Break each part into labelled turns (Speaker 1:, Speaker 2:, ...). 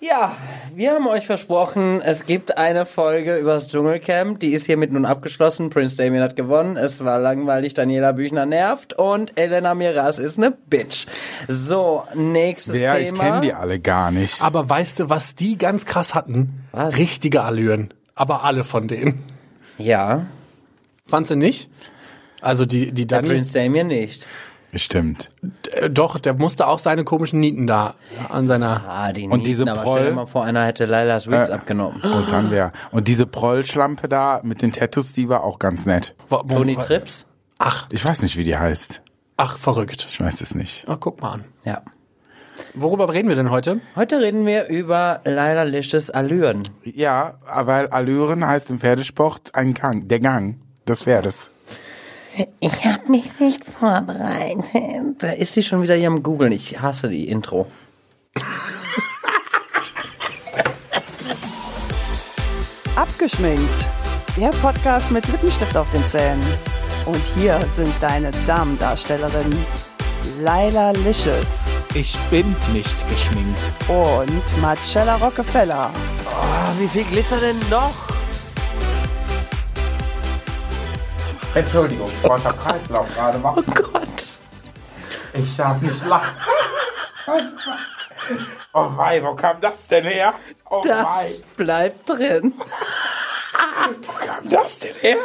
Speaker 1: Ja, wir haben euch versprochen, es gibt eine Folge über das Dschungelcamp. Die ist hiermit nun abgeschlossen. Prince Damien hat gewonnen. Es war langweilig. Daniela Büchner nervt. Und Elena Miras ist eine Bitch. So, nächstes
Speaker 2: Ja, ich
Speaker 1: Thema.
Speaker 2: kenne die alle gar nicht.
Speaker 3: Aber weißt du, was die ganz krass hatten?
Speaker 1: Was?
Speaker 3: Richtige Allüren. Aber alle von denen.
Speaker 1: Ja,
Speaker 3: Fandst du nicht? Also die, die
Speaker 1: der
Speaker 3: Dani,
Speaker 1: Prince Damien nicht.
Speaker 2: Stimmt.
Speaker 3: äh, doch, der musste auch seine komischen Nieten da an seiner.
Speaker 1: Ah, die
Speaker 2: Und diese
Speaker 1: Nieten, aber stell dir
Speaker 2: Proll-
Speaker 1: mal vor, einer hätte Lailas Wigs
Speaker 2: Äh.
Speaker 1: abgenommen.
Speaker 2: Und dann wär. Und diese Prollschlampe da mit den Tattoos, die war auch ganz nett.
Speaker 1: Toni Trips?
Speaker 3: Ach,
Speaker 2: Ich weiß nicht, wie die heißt.
Speaker 3: ach, verrückt.
Speaker 2: Ich weiß es nicht.
Speaker 3: Ach, guck mal an.
Speaker 1: Ja.
Speaker 3: Worüber reden wir denn heute?
Speaker 1: Heute reden wir über Laila Lisches Allüren.
Speaker 2: Ja, weil Allüren heißt im Pferdesport ein Gang, der Gang des Pferdes.
Speaker 1: Ich habe mich nicht vorbereitet. Da ist sie schon wieder hier am Googeln. Ich hasse die Intro.
Speaker 4: Abgeschminkt. Der Podcast mit Lippenstift auf den Zähnen. Und hier sind deine Damendarstellerinnen Laila Lisches
Speaker 5: Ich bin nicht geschminkt.
Speaker 4: und Marcella Rockefeller.
Speaker 1: Oh, wie viel Glitzer denn noch?
Speaker 2: Entschuldigung, ich wollte Kreislauf gerade machen.
Speaker 1: Oh Gott.
Speaker 2: Ich darf nicht lachen. Oh wei, wo kam das denn her? Oh
Speaker 1: Das bleibt drin.
Speaker 2: wo kam das denn her?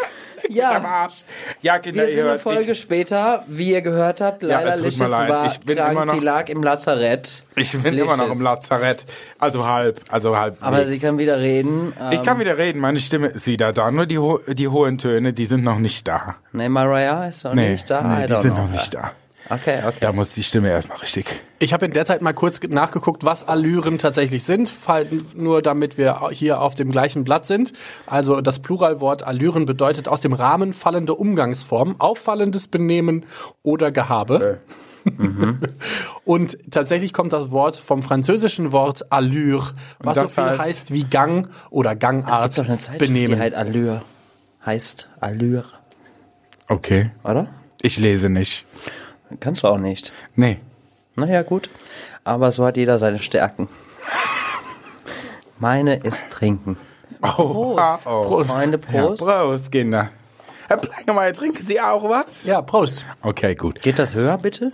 Speaker 2: Am
Speaker 1: Ja.
Speaker 2: Arsch. Ja, Kinder,
Speaker 1: Wir sind
Speaker 2: ihr
Speaker 1: eine
Speaker 2: hört
Speaker 1: Folge später, wie ihr gehört habt,
Speaker 2: Ja,
Speaker 1: Laila
Speaker 2: tut mir
Speaker 1: Lisches
Speaker 2: leid.
Speaker 1: war
Speaker 2: Ich bin
Speaker 1: krank,
Speaker 2: immer noch-
Speaker 1: die lag im Lazarett.
Speaker 2: Ich, ich bin immer noch
Speaker 1: Lisches.
Speaker 2: im Lazarett. Also halb, also halb.
Speaker 1: Aber sie kann wieder reden. Ah,
Speaker 2: ich kann wieder reden, meine Stimme ist wieder da. Nur die, ho die hohen Töne, die sind noch nicht da.
Speaker 1: Nee, Mariah ist noch
Speaker 2: Nee,
Speaker 1: nicht da. I
Speaker 2: nee die
Speaker 1: don't
Speaker 2: sind
Speaker 1: know.
Speaker 2: noch nicht da.
Speaker 1: Okay, okay.
Speaker 2: Da muss die Stimme erstmal richtig.
Speaker 3: Ich habe in der Zeit mal kurz ge- nachgeguckt, was Allüren tatsächlich sind, fall- nur damit wir au- hier auf dem gleichen Blatt sind. Also das Pluralwort Allüren bedeutet aus dem Rahmen fallende Umgangsform, auffallendes Benehmen oder Gehabe. Und tatsächlich kommt das Wort vom französischen Wort Allure, was so
Speaker 2: das
Speaker 3: viel heißt,
Speaker 2: heißt-
Speaker 3: wie Gang oder
Speaker 1: Es
Speaker 3: Gangart
Speaker 1: gibt doch eine Zeitschrift, die
Speaker 3: benehmen.
Speaker 1: halt Allure heißt. Allure,
Speaker 2: Okay.
Speaker 1: oder?
Speaker 2: Ich lese nicht.
Speaker 1: Kannst du auch nicht.
Speaker 2: Nee.
Speaker 1: Naja, gut. Aber so hat jeder seine Stärken. Meine ist trinken.
Speaker 2: Oh, Prost. Oh,
Speaker 3: Prost.
Speaker 1: Freunde, Prost.
Speaker 2: Ja, Prost, Kinder. Herr Plangemeyer, trinken Sie auch was?
Speaker 3: ja, Prost.
Speaker 2: Okay, gut.
Speaker 1: Geht das höher, bitte?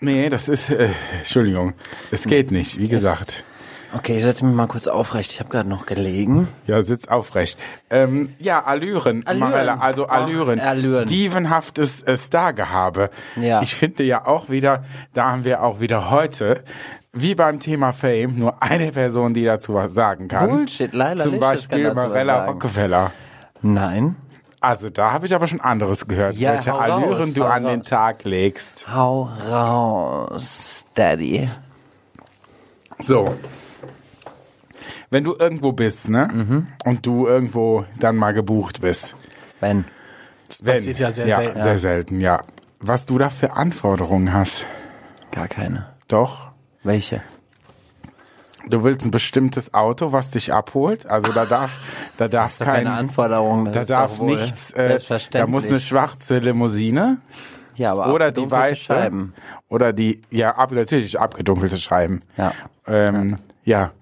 Speaker 2: Nee, das ist, äh, Entschuldigung, es geht nicht, wie gesagt.
Speaker 1: Okay, ich setze mich mal kurz aufrecht. Ich habe gerade noch gelegen.
Speaker 2: Ja, sitz aufrecht. Ähm, ja, Allüren,
Speaker 1: Allüren.
Speaker 2: Marella, also
Speaker 1: Ach,
Speaker 2: Allüren.
Speaker 1: Allüren.
Speaker 2: Dievenhaftes äh, Stargehabe.
Speaker 1: Ja.
Speaker 2: Ich finde ja auch wieder, da haben wir auch wieder heute, wie beim Thema Fame, nur eine Person, die dazu was sagen kann.
Speaker 1: Bullshit, Laila
Speaker 2: Zum
Speaker 1: Lisches kann
Speaker 2: Beispiel
Speaker 1: dazu was
Speaker 2: Marella
Speaker 1: sagen.
Speaker 2: Rockefeller.
Speaker 1: Nein.
Speaker 2: Also da habe ich aber schon anderes gehört,
Speaker 1: Ja,
Speaker 2: welche
Speaker 1: hau raus,
Speaker 2: Allüren du
Speaker 1: hau
Speaker 2: an
Speaker 1: raus.
Speaker 2: den Tag legst.
Speaker 1: Hau raus, Daddy.
Speaker 2: So. Wenn du irgendwo bist, ne?
Speaker 1: Mhm.
Speaker 2: Und du irgendwo dann mal gebucht bist.
Speaker 1: Ben.
Speaker 2: Wenn.
Speaker 3: passiert ja sehr selten.
Speaker 2: Sehr selten, ja. Was du da für Anforderungen hast.
Speaker 1: Gar keine.
Speaker 2: Doch.
Speaker 1: Welche?
Speaker 2: Du willst ein bestimmtes Auto, was dich abholt. Also da darf, da darf
Speaker 1: doch keine
Speaker 2: kein,
Speaker 1: Anforderung, das
Speaker 2: Da
Speaker 1: ist doch
Speaker 2: darf
Speaker 1: wohl
Speaker 2: nichts. Äh, da
Speaker 1: selbstverständlich.
Speaker 2: muss eine schwarze Limousine
Speaker 1: Ja, aber
Speaker 2: oder die
Speaker 1: abgedunkelte
Speaker 2: weiße
Speaker 1: Scheiben.
Speaker 2: oder die ja ab, natürlich abgedunkelte Scheiben.
Speaker 1: Ja.
Speaker 2: Ähm, ja.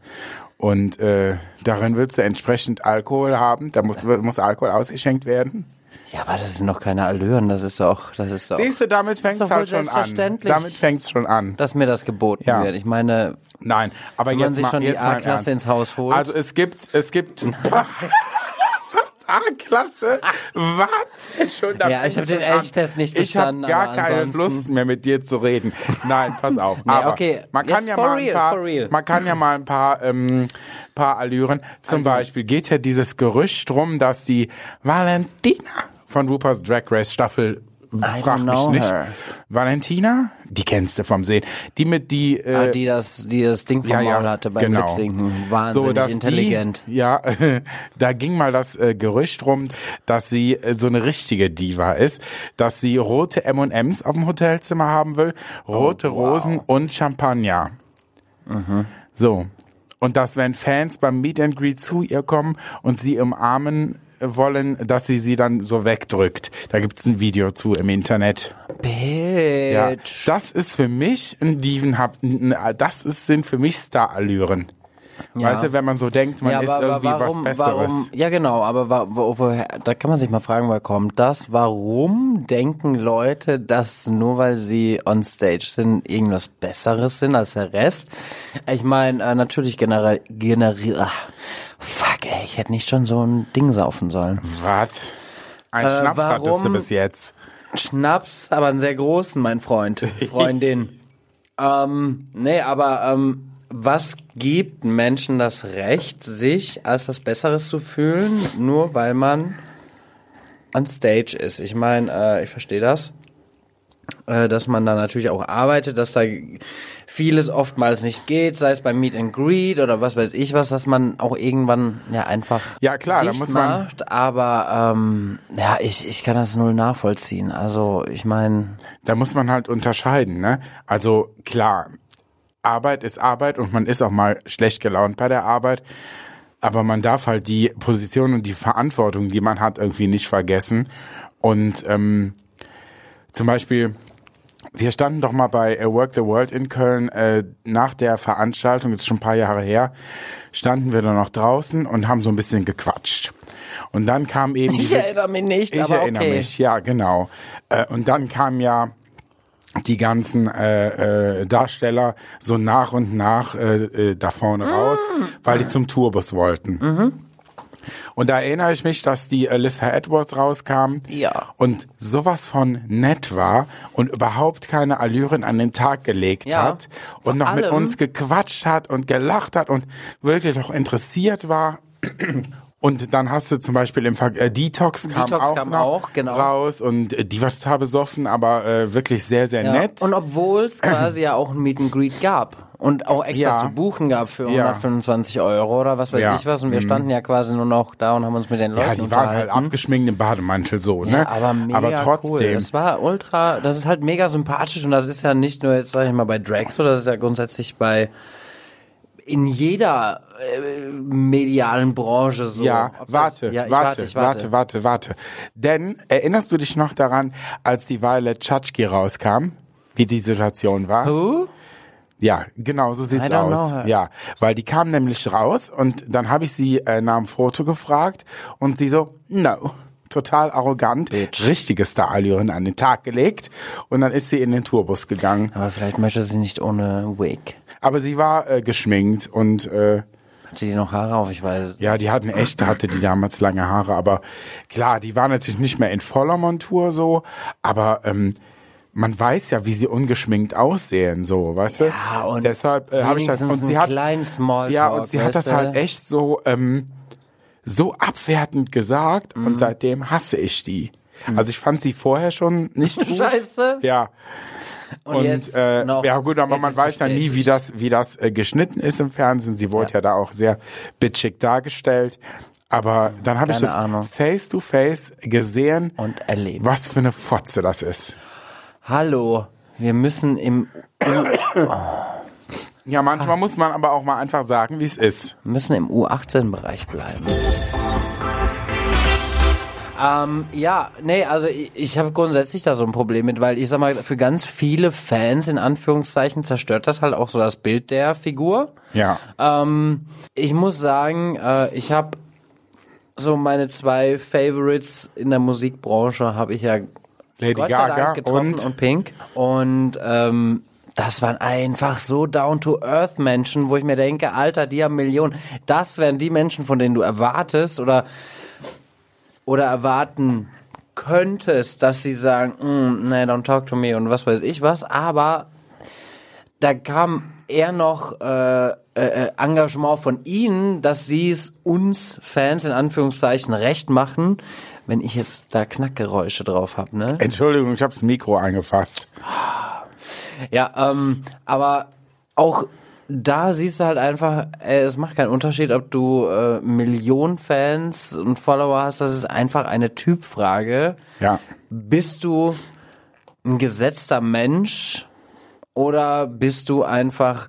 Speaker 2: Und äh, darin willst du entsprechend Alkohol haben. Da muss, muss Alkohol ausgeschenkt werden.
Speaker 1: Ja, aber das sind noch keine Allüren. Das ist doch, das ist doch.
Speaker 2: Siehst du, damit fängt's
Speaker 1: doch wohl
Speaker 2: halt schon an.
Speaker 1: selbstverständlich.
Speaker 2: Damit fängt's schon an.
Speaker 1: dass mir das geboten
Speaker 2: Ja.
Speaker 1: wird. Ich meine,
Speaker 2: Nein, aber
Speaker 1: Wenn
Speaker 2: jetzt
Speaker 1: man sich
Speaker 2: mal,
Speaker 1: schon die
Speaker 2: jetzt mal im
Speaker 1: A-Klasse ins
Speaker 2: Ernst.
Speaker 1: Haus holt.
Speaker 2: Also es gibt, es gibt. A-Klasse? Was? Schon, da
Speaker 1: Ja,
Speaker 2: fängt
Speaker 1: ich hab
Speaker 2: schon
Speaker 1: den
Speaker 2: an.
Speaker 1: Elchtest nicht bestanden,
Speaker 2: Ich habe gar
Speaker 1: aber
Speaker 2: keine
Speaker 1: ansonsten-
Speaker 2: Lust mehr mit dir zu reden. Nein, pass auf. aber
Speaker 1: okay,
Speaker 2: man kann
Speaker 1: jetzt
Speaker 2: ja
Speaker 1: for
Speaker 2: mal
Speaker 1: real,
Speaker 2: ein paar,
Speaker 1: for real.
Speaker 2: man kann ja mal ein paar, ähm, paar Allüren. Zum Beispiel geht ja dieses Gerücht rum, dass die Valentina von RuPaul's Drag Race Staffel Frag
Speaker 1: don't know
Speaker 2: mich nicht.
Speaker 1: her.
Speaker 2: Valentina, die kennst du vom Sehen. Die mit die äh,
Speaker 1: ah, die das, die das Ding vom Maul hatte beim
Speaker 2: genau.
Speaker 1: Lipsinken. Wahnsinnig
Speaker 2: dass
Speaker 1: intelligent.
Speaker 2: Die, ja, da ging mal das äh, Gerücht rum, dass sie äh, so eine richtige Diva ist, dass sie rote M&Ms auf dem Hotelzimmer haben will,
Speaker 1: Oh,
Speaker 2: rote Rosen und Champagner.
Speaker 1: Mhm.
Speaker 2: So. Und dass wenn Fans beim Meet and Greet zu ihr kommen und sie umarmen äh, wollen, dass sie sie dann so wegdrückt. Da gibt's ein Video zu im Internet. Ja,
Speaker 1: Bitch.
Speaker 2: das ist für mich ein Dievenhaft. Das ist, sind für mich Starallüren. Weißt du, wenn man so denkt, man ist irgendwie was Besseres.
Speaker 1: Warum, ja, genau, aber wa- wo, woher, da kann man sich mal fragen, woher kommt das? Warum denken Leute, dass nur weil sie on stage sind, irgendwas Besseres sind als der Rest? Ich meine, äh, natürlich generell, generell, ach, fuck ey, ich hätte nicht schon so ein Ding saufen sollen.
Speaker 2: Was? Ein
Speaker 1: Äh,
Speaker 2: Schnaps hattest du
Speaker 1: warum-
Speaker 2: bis jetzt.
Speaker 1: Schnaps, aber einen sehr großen, mein Freund, Freundin. ähm, nee, aber ähm, was gibt Menschen das Recht, sich als was Besseres zu fühlen, nur weil man on Stage ist? Ich meine, äh, ich verstehe das, äh, dass man da natürlich auch arbeitet, dass da vieles oftmals nicht geht, sei es beim Meet and Greet oder was weiß ich was, dass man auch irgendwann ja einfach
Speaker 2: Ja, klar, da
Speaker 1: dicht
Speaker 2: muss man-
Speaker 1: macht, aber ähm, ja, ich, ich kann das null nachvollziehen. Also ich meine,
Speaker 2: Da muss man halt unterscheiden, ne? Also klar, Arbeit ist Arbeit und man ist auch mal schlecht gelaunt bei der Arbeit. Aber man darf halt die Position und die Verantwortung, die man hat, irgendwie nicht vergessen. Und ähm, zum Beispiel, wir standen doch mal bei äh, Work the World in Köln äh, nach der Veranstaltung, jetzt schon ein paar Jahre her, standen wir dann noch draußen und haben so ein bisschen gequatscht. Und dann kam eben
Speaker 1: ich
Speaker 2: diese-
Speaker 1: erinnere mich nicht,
Speaker 2: ich
Speaker 1: aber
Speaker 2: erinnere
Speaker 1: okay.
Speaker 2: mich, ja, genau. Äh, und dann kamen ja die ganzen äh, äh, Darsteller so nach und nach äh, äh, da vorne
Speaker 1: Ah.
Speaker 2: raus, weil die zum Tourbus wollten.
Speaker 1: Mhm.
Speaker 2: Und da erinnere ich mich, dass die Alyssa Edwards rauskam
Speaker 1: Ja.
Speaker 2: und sowas von nett war und überhaupt keine Allüren an den Tag gelegt
Speaker 1: Ja.
Speaker 2: hat und noch mit
Speaker 1: allem-
Speaker 2: uns gequatscht hat und gelacht hat und wirklich auch interessiert war. Und dann hast du zum Beispiel im Ver äh, Detox kam
Speaker 1: Detox
Speaker 2: auch
Speaker 1: kam
Speaker 2: noch
Speaker 1: auch, genau.
Speaker 2: raus und äh, die war total besoffen, aber äh, wirklich sehr, sehr
Speaker 1: Ja.
Speaker 2: nett.
Speaker 1: Und obwohl es quasi ja auch ein Meet and Greet gab und auch extra
Speaker 2: Ja.
Speaker 1: zu buchen gab für
Speaker 2: Ja.
Speaker 1: 125 Euro oder was weiß
Speaker 2: Ja. Mhm.
Speaker 1: ich was und wir standen ja quasi nur noch da und haben uns mit den Leuten
Speaker 2: ja, die waren halt
Speaker 1: unterhalten.
Speaker 2: abgeschminkt im Bademantel so, ne?
Speaker 1: Ja, aber mega
Speaker 2: trotzdem.
Speaker 1: cool. Das war ultra, das ist halt mega sympathisch und das ist ja nicht nur jetzt, sag ich mal, bei Drax so, das ist ja grundsätzlich bei in jeder äh, medialen Branche so.
Speaker 2: Ja,
Speaker 1: Ob das-
Speaker 2: warte,
Speaker 1: ja, ich
Speaker 2: warte,
Speaker 1: ich
Speaker 2: warte, warte, warte. Denn erinnerst du dich noch daran, als die Violet Chachki rauskam, wie die Situation war?
Speaker 1: Who?
Speaker 2: Ja, genau, so sieht's
Speaker 1: I don't
Speaker 2: aus.
Speaker 1: know her.
Speaker 2: Ja, weil die kam nämlich raus und dann habe ich sie äh, nach dem Foto gefragt und sie so, no. Total arrogant, richtige Starallüren an den Tag gelegt und dann ist sie in den Tourbus gegangen.
Speaker 1: Aber vielleicht möchte sie nicht ohne Wig.
Speaker 2: Aber sie war äh, geschminkt und äh,
Speaker 1: Hatte die noch Haare auf, ich weiß.
Speaker 2: ja, die hatten echt, hatte die damals lange Haare, aber klar, die war natürlich nicht mehr in voller Montur so, aber ähm, man weiß ja, wie sie ungeschminkt aussehen, so, weißt du?
Speaker 1: Ja, und
Speaker 2: deshalb äh, habe ich das
Speaker 1: wenigstens
Speaker 2: und sie
Speaker 1: einen
Speaker 2: hat
Speaker 1: kleinen Smalltalk,
Speaker 2: ja und sie hat
Speaker 1: weißt
Speaker 2: das
Speaker 1: du?
Speaker 2: halt echt so ähm, so abwertend gesagt
Speaker 1: Mhm.
Speaker 2: und seitdem hasse ich die. Also ich fand sie vorher schon nicht gut.
Speaker 1: Scheiße.
Speaker 2: Ja. Und,
Speaker 1: jetzt
Speaker 2: äh,
Speaker 1: noch.
Speaker 2: ja gut, aber
Speaker 1: Jetzt
Speaker 2: man
Speaker 1: ist
Speaker 2: weiß ja nie, wie
Speaker 1: bestätigt.
Speaker 2: das, wie das äh, geschnitten ist im Fernsehen. Sie wurde ja, da auch sehr bitchig dargestellt. Aber dann habe ich
Speaker 1: Keine
Speaker 2: das
Speaker 1: Ahnung.
Speaker 2: face to face gesehen.
Speaker 1: Und erlebt.
Speaker 2: Was für eine Fotze das ist.
Speaker 1: Hallo, wir müssen im
Speaker 2: Ja,
Speaker 1: Ah.
Speaker 2: manchmal muss man aber auch mal einfach sagen, wie es ist.
Speaker 1: müssen im U18-Bereich bleiben. Ähm, ja, nee, also ich, ich habe grundsätzlich da so ein Problem mit, weil ich sag mal, für ganz viele Fans in Anführungszeichen zerstört das halt auch so das Bild der Figur.
Speaker 2: Ja.
Speaker 1: Ähm, ich muss sagen, äh, ich habe so meine zwei Favorites in der Musikbranche habe ich ja
Speaker 2: Lady
Speaker 1: Gott sei
Speaker 2: Gaga
Speaker 1: Dank getroffen
Speaker 2: und-
Speaker 1: und, Pink. Und ähm, das waren einfach so down-to-earth-Menschen, wo ich mir denke, Alter, die haben Millionen. Das wären die Menschen, von denen du erwartest oder, oder erwarten könntest, dass sie sagen, "Mm, nee, don't talk to me und was weiß ich was. Aber da kam eher noch äh, äh, äh, Engagement von ihnen, dass sie es uns Fans in Anführungszeichen recht machen, wenn ich jetzt da Knackgeräusche drauf habe, ne?
Speaker 2: Entschuldigung, ich habe das Mikro angefasst.
Speaker 1: Ja, ähm, aber auch da siehst du halt einfach, äh, es macht keinen Unterschied, ob du äh, Millionen Fans und Follower hast, das ist einfach eine Typfrage.
Speaker 2: Ja.
Speaker 1: Bist du ein gesetzter Mensch oder bist du einfach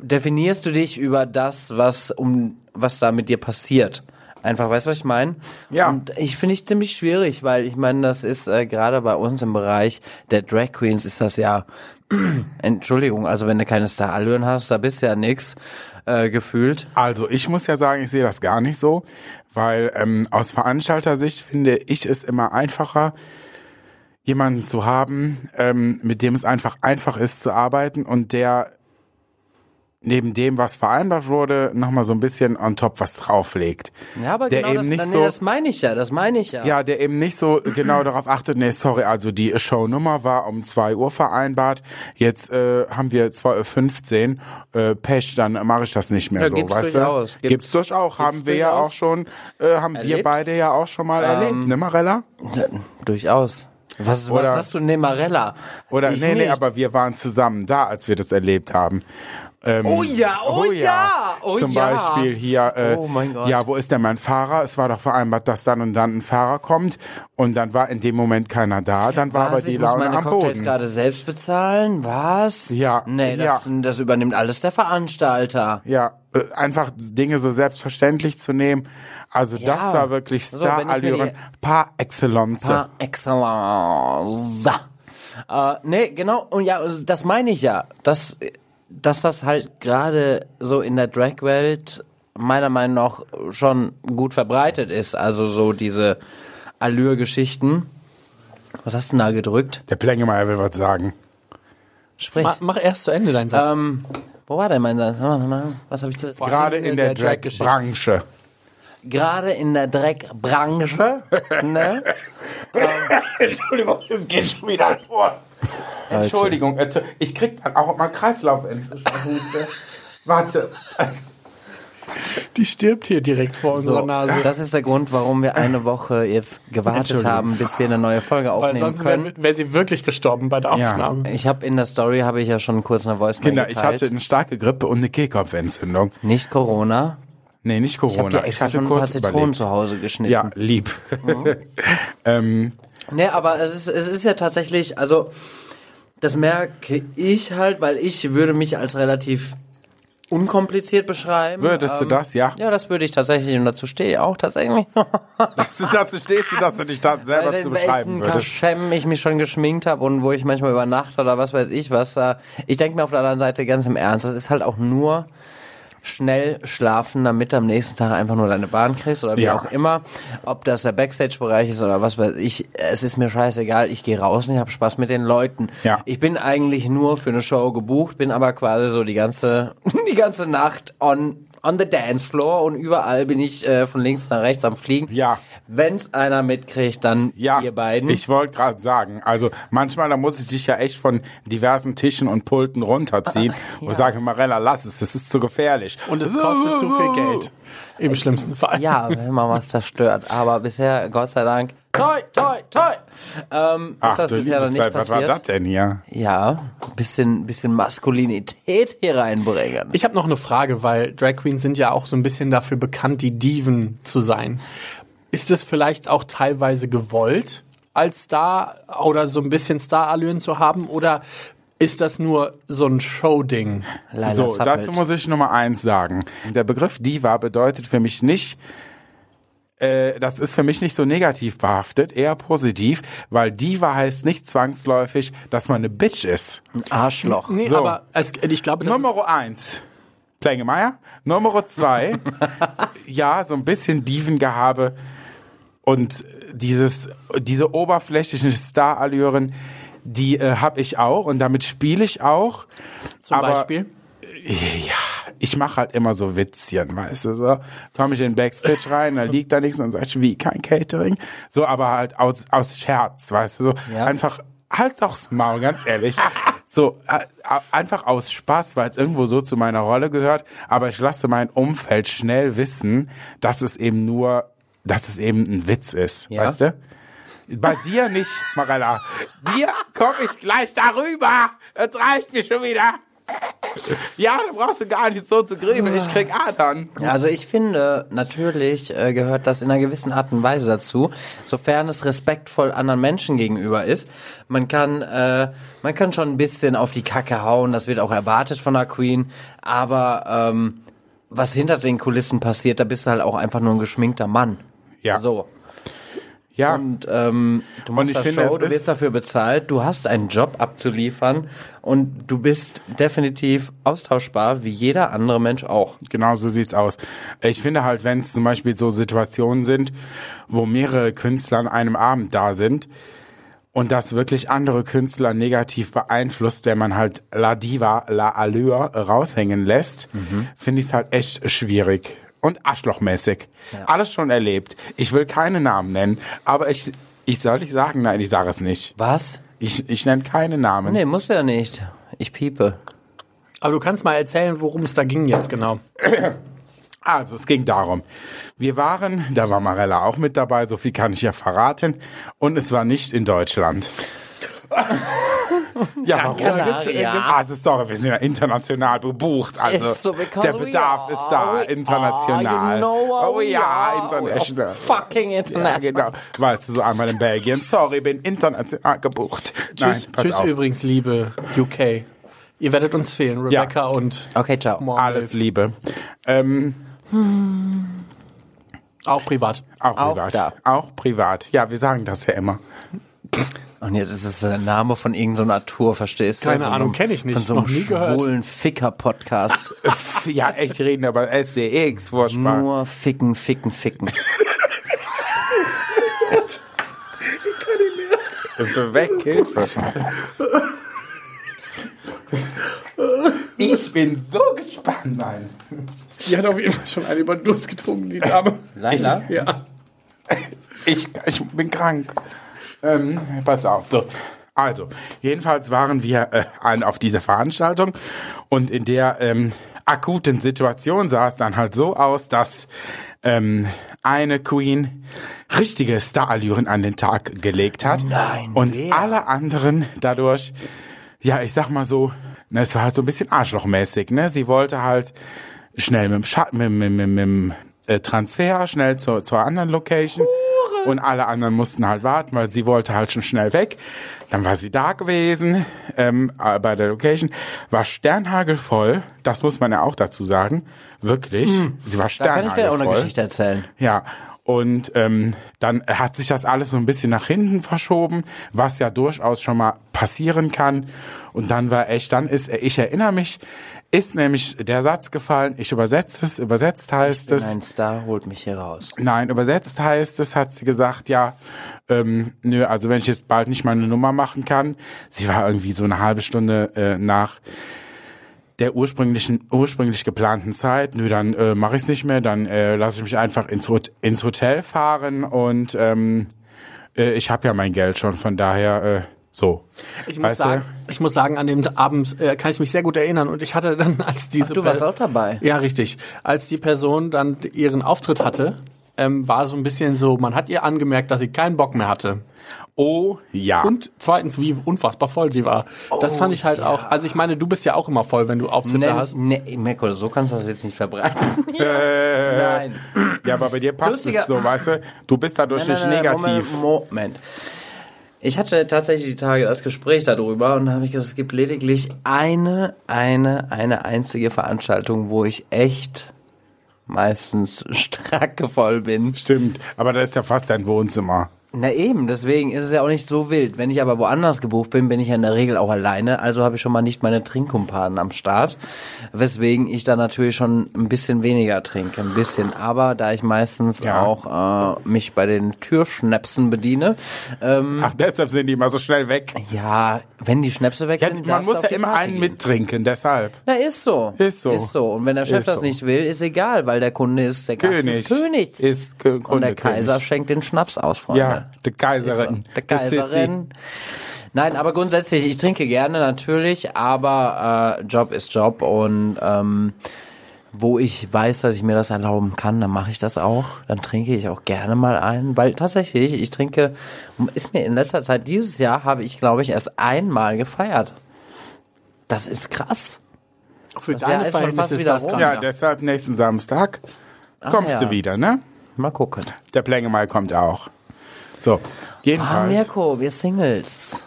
Speaker 1: definierst du dich über das, was um was da mit dir passiert? Einfach, weißt du, was ich meine?
Speaker 2: Ja.
Speaker 1: Und ich finde ich ziemlich schwierig, weil ich meine, das ist äh, gerade bei uns im Bereich der Drag Queens ist das ja Entschuldigung, also wenn du keine Starallüren hast, da bist du ja nix äh, gefühlt.
Speaker 2: Also ich muss ja sagen, ich sehe das gar nicht so, weil ähm, aus Veranstaltersicht finde ich es immer einfacher, jemanden zu haben, ähm, mit dem es einfach einfach ist zu arbeiten und der neben dem, was vereinbart wurde, nochmal so ein bisschen on top was drauflegt.
Speaker 1: Ja, aber
Speaker 2: der
Speaker 1: genau
Speaker 2: eben
Speaker 1: das,
Speaker 2: nicht
Speaker 1: nee,
Speaker 2: so,
Speaker 1: das meine ich ja, das meine ich ja.
Speaker 2: ja, der eben nicht so genau darauf achtet, nee, sorry, also die Shownummer war um 2 Uhr vereinbart, jetzt äh, haben wir 2.15 Uhr, äh, Pech, dann mache ich das nicht mehr
Speaker 1: Ja,
Speaker 2: so,
Speaker 1: gibt's
Speaker 2: weißt
Speaker 1: durchaus,
Speaker 2: du?
Speaker 1: gibt's-
Speaker 2: Gibt's durch auch, haben wir ja
Speaker 1: durchaus.
Speaker 2: auch schon, äh, haben wir
Speaker 1: Erlebt? Ähm,
Speaker 2: beide ja auch schon mal erlebt, ne Marella?
Speaker 1: Durchaus. Was, was
Speaker 2: Oder-
Speaker 1: hast du Nemarella?
Speaker 2: Oder,
Speaker 1: Ich
Speaker 2: nee, nee,
Speaker 1: nicht.
Speaker 2: aber wir waren zusammen da, als wir das erlebt haben. Ähm,
Speaker 1: Oh ja, oh ja, oh
Speaker 2: Zum
Speaker 1: ja.
Speaker 2: Beispiel hier, äh,
Speaker 1: Oh mein Gott.
Speaker 2: ja, wo ist denn mein Fahrer? Es war doch vereinbart, dass dann und dann ein Fahrer kommt und dann war in dem Moment keiner da, dann war
Speaker 1: Was,
Speaker 2: aber
Speaker 1: ich
Speaker 2: die
Speaker 1: muss
Speaker 2: Laune
Speaker 1: meine
Speaker 2: am
Speaker 1: Cocktails
Speaker 2: Boden.
Speaker 1: gerade selbst bezahlen? Was?
Speaker 2: Ja,
Speaker 1: Nee, das, das übernimmt alles der Veranstalter.
Speaker 2: Ja, äh, einfach Dinge so selbstverständlich zu nehmen. Also das war wirklich
Speaker 1: So, wenn ich mir
Speaker 2: Star-Allüren par excellence.
Speaker 1: Par excellence. Äh, nee, genau, und ja, das meine ich ja. Dass, dass das halt gerade so in der Drag-Welt meiner Meinung nach schon gut verbreitet ist. Also so diese Allure-Geschichten. Was hast du denn da gedrückt?
Speaker 2: Der Plängemeier will was sagen.
Speaker 1: Sprich.
Speaker 3: Ma mach erst zu Ende deinen Satz.
Speaker 1: ähm, wo war denn mein Satz? Was habe ich zuletzt?
Speaker 2: Gerade
Speaker 3: in
Speaker 2: in der,
Speaker 3: der Drag-Geschichte.
Speaker 2: Drag-Branche.
Speaker 1: Gerade in der Dreckbranche, ne?
Speaker 2: Ähm, Entschuldigung, es geht schon wieder los. Entschuldigung, Entschuldigung, ich krieg dann auch mal Kreislauf, wenn ich so schnell huste. Warte.
Speaker 3: die stirbt hier direkt vor
Speaker 1: So, das ist der Grund, warum wir eine Woche jetzt gewartet
Speaker 3: Entschuldigung.
Speaker 1: haben, bis wir eine neue Folge
Speaker 3: Weil
Speaker 1: aufnehmen
Speaker 3: sonst
Speaker 1: können.
Speaker 3: wäre wär sie wirklich gestorben bei der
Speaker 2: Ja.
Speaker 3: Aufnahme.
Speaker 1: Ich habe in der Story habe ich ja schon kurz eine Voice
Speaker 2: Kinder, ich hatte eine starke Grippe und eine Kehlkopfentzündung.
Speaker 1: nicht Corona.
Speaker 2: Nee, nicht Corona.
Speaker 1: Ich habe dir extra schon ein paar Zitronen zu Hause geschnitten.
Speaker 2: Ja, lieb. ähm,
Speaker 1: Nee, aber es ist, es ist ja tatsächlich, also das merke ich halt, weil ich würde mich als relativ unkompliziert beschreiben.
Speaker 2: würdest du
Speaker 1: Ähm,
Speaker 2: das? Ja.
Speaker 1: Ja, das würde ich tatsächlich und dazu stehe ich auch tatsächlich.
Speaker 2: Dazu stehst du, dass du dich da
Speaker 1: Also
Speaker 2: selber zu
Speaker 1: in
Speaker 2: beschreiben
Speaker 1: welchen
Speaker 2: würdest.
Speaker 1: Kaschem ich mich schon geschminkt habe und wo ich manchmal über Nacht oder was weiß ich was. Äh, ich denke mir auf der anderen Seite ganz im Ernst, es ist halt auch nur schnell schlafen, damit du am nächsten Tag einfach nur deine Bahn kriegst oder wie
Speaker 2: Ja.
Speaker 1: auch immer. Ob das der Backstage-Bereich ist oder was weiß ich, es ist mir scheißegal. Ich gehe raus und ich habe Spaß mit den Leuten.
Speaker 2: Ja.
Speaker 1: Ich bin eigentlich nur für eine Show gebucht, bin aber quasi so die ganze, die ganze Nacht on on the dance floor und überall bin ich äh, von links nach rechts am Fliegen.
Speaker 2: Ja.
Speaker 1: Wenn's einer mitkriegt, dann
Speaker 2: Ja,
Speaker 1: ihr beiden.
Speaker 2: ich wollte gerade sagen, also manchmal, da muss ich dich ja echt von diversen Tischen und Pulten runterziehen und sage, Marella, lass es, das ist zu gefährlich.
Speaker 3: Und es kostet zu viel Geld. Im schlimmsten Fall.
Speaker 1: ja, wenn man was zerstört. Aber bisher, Gott sei Dank, toi, toi, toi, ähm, ist
Speaker 2: Ach,
Speaker 1: das
Speaker 2: du
Speaker 1: bisher noch
Speaker 2: liebe
Speaker 1: nicht
Speaker 2: Zeit, was war das
Speaker 1: passiert.
Speaker 2: denn hier?
Speaker 1: Ja, bisschen, bisschen Maskulinität hier reinbringen.
Speaker 3: Ich habe noch eine Frage, weil Drag Queens sind ja auch so ein bisschen dafür bekannt, die Diven zu sein. Ist es vielleicht auch teilweise gewollt, als Star oder so ein bisschen Star-Allüren zu haben? Oder ist das nur so ein Show-Ding?
Speaker 1: Leila
Speaker 2: So,
Speaker 1: zappelt.
Speaker 2: dazu muss ich Nummer eins sagen. Der Begriff Diva bedeutet für mich nicht, äh, das ist für mich nicht so negativ behaftet, eher positiv, weil Diva heißt nicht zwangsläufig, dass man eine Bitch ist.
Speaker 1: Arschloch.
Speaker 3: Nee,
Speaker 2: So.
Speaker 3: aber es, ich glaube, das
Speaker 2: Nummer eins. Plengemeier. Nummer zwei. ja, so ein bisschen Divengehabe und dieses, diese oberflächlichen Star-Allüren, die äh, habe ich auch und damit spiele ich auch.
Speaker 3: ist zum
Speaker 2: aber-
Speaker 3: Beispiel.
Speaker 2: ich mache halt immer so Witzchen, weißt du, so komme ich in den Backstage rein, da liegt da nichts und sag ich, wie, kein Catering? So, aber halt aus, aus Scherz, weißt du, so
Speaker 1: Ja.
Speaker 2: einfach halt doch's Maul, ganz ehrlich. So, äh, äh, einfach aus Spaß, weil es irgendwo so zu meiner Rolle gehört, aber ich lasse mein Umfeld schnell wissen, dass es eben nur, dass es eben ein Witz ist,
Speaker 1: Ja.
Speaker 2: weißt du? Bei dir nicht, Marella. Dir komm ich gleich darüber. Das reicht mir schon wieder. Ja, da brauchst du gar nicht so zu gräben. Ich krieg Adern.
Speaker 1: Also ich finde, natürlich äh, gehört das in einer gewissen Art und Weise dazu, sofern es respektvoll anderen Menschen gegenüber ist. Man kann, äh, man kann schon ein bisschen auf die Kacke hauen, das wird auch erwartet von der Queen, aber ähm, was hinter den Kulissen passiert, da bist du halt auch einfach nur ein geschminkter Mann.
Speaker 2: Ja.
Speaker 1: So.
Speaker 2: Ja.
Speaker 1: Und ähm, du machst
Speaker 2: ich
Speaker 1: da
Speaker 2: finde,
Speaker 1: Show,
Speaker 2: es
Speaker 1: du
Speaker 2: ist-
Speaker 1: wirst dafür bezahlt, du hast einen Job abzuliefern und du bist definitiv austauschbar, wie jeder andere Mensch auch.
Speaker 2: Genau so sieht's aus. Ich finde halt, wenn es zum Beispiel so Situationen sind, wo mehrere Künstler an einem Abend da sind und das wirklich andere Künstler negativ beeinflusst, wenn man halt La Diva, La Allure raushängen lässt, finde ich's halt echt schwierig und arschlochmäßig. Alles schon erlebt. Ich will keine Namen nennen, aber ich, ich soll nicht sagen, nein, ich sage es nicht.
Speaker 1: Was?
Speaker 2: Ich, ich nenne keine Namen.
Speaker 1: Nee, muss ja nicht. Ich piepe.
Speaker 3: Aber du kannst mal erzählen, worum es da ging jetzt genau.
Speaker 2: Also, es ging darum. Wir waren, da war Marella auch mit dabei, so viel kann ich ja verraten. Und es war nicht in Deutschland. ja, warum?
Speaker 1: Canaria.
Speaker 2: Also, sorry, wir sind ja international gebucht. Also,
Speaker 1: It's so because
Speaker 2: der
Speaker 1: we
Speaker 2: Bedarf
Speaker 1: are-
Speaker 2: ist da,
Speaker 1: we are,
Speaker 2: international.
Speaker 1: you know what
Speaker 2: oh
Speaker 1: we
Speaker 2: ja,
Speaker 1: are.
Speaker 2: international.
Speaker 1: Fucking
Speaker 2: Ja,
Speaker 1: international.
Speaker 2: genau. Weißt du, so einmal in Belgien. Sorry, bin international gebucht.
Speaker 3: Tschüss,
Speaker 2: Nein, pass
Speaker 3: tschüss
Speaker 2: auf.
Speaker 3: übrigens, liebe UK. Ihr werdet uns fehlen, Rebecca
Speaker 2: Ja.
Speaker 3: und
Speaker 1: Okay, ciao.
Speaker 3: Morgan.
Speaker 2: Alles Liebe. Ähm,
Speaker 3: Auch privat.
Speaker 2: auch,
Speaker 1: Auch
Speaker 2: privat.
Speaker 1: da.
Speaker 2: Auch privat. Ja, wir sagen das ja immer.
Speaker 1: Und jetzt ist es der Name von irgendeiner Tour, verstehst du?
Speaker 3: Keine
Speaker 1: Von so
Speaker 3: Ahnung,
Speaker 1: einem-
Speaker 3: kenn ich nicht,
Speaker 1: Von so einem
Speaker 3: noch nie gehört.
Speaker 1: schwulen Ficker-Podcast.
Speaker 2: Ja, echt reden, E aber SDX, furchtbar.
Speaker 1: Nur ficken, ficken, ficken.
Speaker 2: Hilfe, Weg, Hilfe. Ich bin so gespannt, nein.
Speaker 3: Die hat auf jeden Fall schon eine über den Durst getrunken, die Dame.
Speaker 1: Leider.
Speaker 3: ja.
Speaker 2: Ich, ich bin krank. Ähm, pass auf, so. Also, jedenfalls waren wir äh, an, auf dieser Veranstaltung und in der ähm, akuten Situation sah es dann halt so aus, dass ähm, eine Queen richtige Starallüren an den Tag gelegt hat.
Speaker 1: Nein,
Speaker 2: Und
Speaker 1: wer?
Speaker 2: alle anderen dadurch, ja, ich sag mal so, na, es war halt so ein bisschen arschlochmäßig, ne? Sie wollte halt schnell mit dem, Schatten, mit, mit, mit, mit dem äh, Transfer, schnell zur, zur anderen Location. Und alle anderen mussten halt warten, weil sie wollte halt schon schnell weg. Dann war sie da gewesen ähm, äh, bei der Location. War sternhagelvoll, das muss man ja auch dazu sagen. Wirklich, sie war
Speaker 1: Hm. Da kann
Speaker 2: sternhagelvoll.
Speaker 1: ich dir auch eine Geschichte erzählen.
Speaker 2: Ja, und ähm, dann hat sich das alles so ein bisschen nach hinten verschoben, was ja durchaus schon mal passieren kann. Und dann war echt, dann ist, ich erinnere mich, ist nämlich der Satz gefallen, ich übersetze es, übersetzt heißt es.
Speaker 1: Nein, Star holt mich hier raus.
Speaker 2: Nein, übersetzt heißt es, hat sie gesagt, ja, ähm, nö, also wenn ich jetzt bald nicht meine Nummer machen kann, sie war irgendwie so eine halbe Stunde äh, nach der ursprünglichen, ursprünglich geplanten Zeit, nö, dann äh, mache ich es nicht mehr, dann äh, lasse ich mich einfach ins, Hot ins Hotel fahren und ähm, äh, ich habe ja mein Geld schon, von daher äh, so.
Speaker 3: Ich muss, sagen, ich muss sagen, an dem Abend äh, kann ich mich sehr gut erinnern und ich hatte dann, als diese.
Speaker 1: Du warst
Speaker 3: Per-
Speaker 1: auch dabei.
Speaker 3: Ja, richtig. Als die Person dann ihren Auftritt hatte, ähm, war so ein bisschen so, man hat ihr angemerkt, dass sie keinen Bock mehr hatte.
Speaker 2: Oh ja.
Speaker 3: Und zweitens, wie unfassbar voll sie war. das fand ich halt auch. Also ich meine, du bist ja auch immer voll, wenn du Auftritte
Speaker 1: Oh, Nenn,
Speaker 3: hast.
Speaker 1: nee, Mirko, so kannst du das jetzt nicht verbreiten.
Speaker 3: Äh,
Speaker 1: Nein.
Speaker 2: Äh, ja, aber bei dir passt
Speaker 1: Lustiger-
Speaker 2: es so, weißt du, du bist dadurch
Speaker 1: Nein, nein,
Speaker 2: nicht
Speaker 1: nein,
Speaker 2: negativ.
Speaker 1: Moment, Moment. Ich hatte tatsächlich die Tage das Gespräch darüber und da habe ich gesagt, es gibt lediglich eine, eine, eine einzige Veranstaltung, wo ich echt meistens strackevoll bin.
Speaker 2: Stimmt, aber das ist ja fast dein Wohnzimmer.
Speaker 1: Na eben, deswegen ist es ja auch nicht so wild. Wenn ich aber woanders gebucht bin, bin ich ja in der Regel auch alleine, also habe ich schon mal nicht meine Trinkkumpanen am Start, weswegen ich da natürlich schon ein bisschen weniger trinke, ein bisschen. Aber da ich meistens
Speaker 2: Ja.
Speaker 1: auch äh, mich bei den Türschnäpsen bediene, ähm,
Speaker 2: Ach, deshalb sind die immer so schnell weg.
Speaker 1: ja, wenn die Schnäpse weg
Speaker 2: Ja,
Speaker 1: sind,
Speaker 2: man
Speaker 1: darfst du
Speaker 2: muss
Speaker 1: auf
Speaker 2: ja
Speaker 1: die
Speaker 2: immer
Speaker 1: Party
Speaker 2: einen
Speaker 1: gehen.
Speaker 2: mittrinken, deshalb.
Speaker 1: Na, ist so.
Speaker 2: Ist so.
Speaker 1: Ist so. Und wenn der Chef
Speaker 2: Ist
Speaker 1: das
Speaker 2: so.
Speaker 1: nicht will, ist egal, weil der Kunde ist der Gast
Speaker 2: König.
Speaker 1: ist König.
Speaker 2: Ist K-
Speaker 1: Und
Speaker 2: Kunde
Speaker 1: der Kaiser
Speaker 2: König.
Speaker 1: schenkt den Schnaps aus, Freunde.
Speaker 2: Ja, die Kaiserin.
Speaker 1: Der
Speaker 2: Das ist sie.
Speaker 1: Kaiserin. Nein, aber grundsätzlich, ich trinke gerne natürlich, aber äh, Job ist Job und ähm, wo ich weiß, dass ich mir das erlauben kann, dann mache ich das auch. Dann trinke ich auch gerne mal ein, weil tatsächlich, ich trinke, ist mir in letzter Zeit, dieses Jahr habe ich, glaube ich, erst einmal gefeiert. Das ist krass.
Speaker 3: Für
Speaker 1: Das Jahr ist schon fast wieder rum.
Speaker 2: Ja, deshalb nächsten Samstag kommst
Speaker 1: Ah, ja.
Speaker 2: du wieder, ne?
Speaker 1: Mal gucken.
Speaker 2: Der Plängemal kommt auch. So,
Speaker 1: Ah,
Speaker 2: jedenfalls.
Speaker 1: Mirko, wir Singles.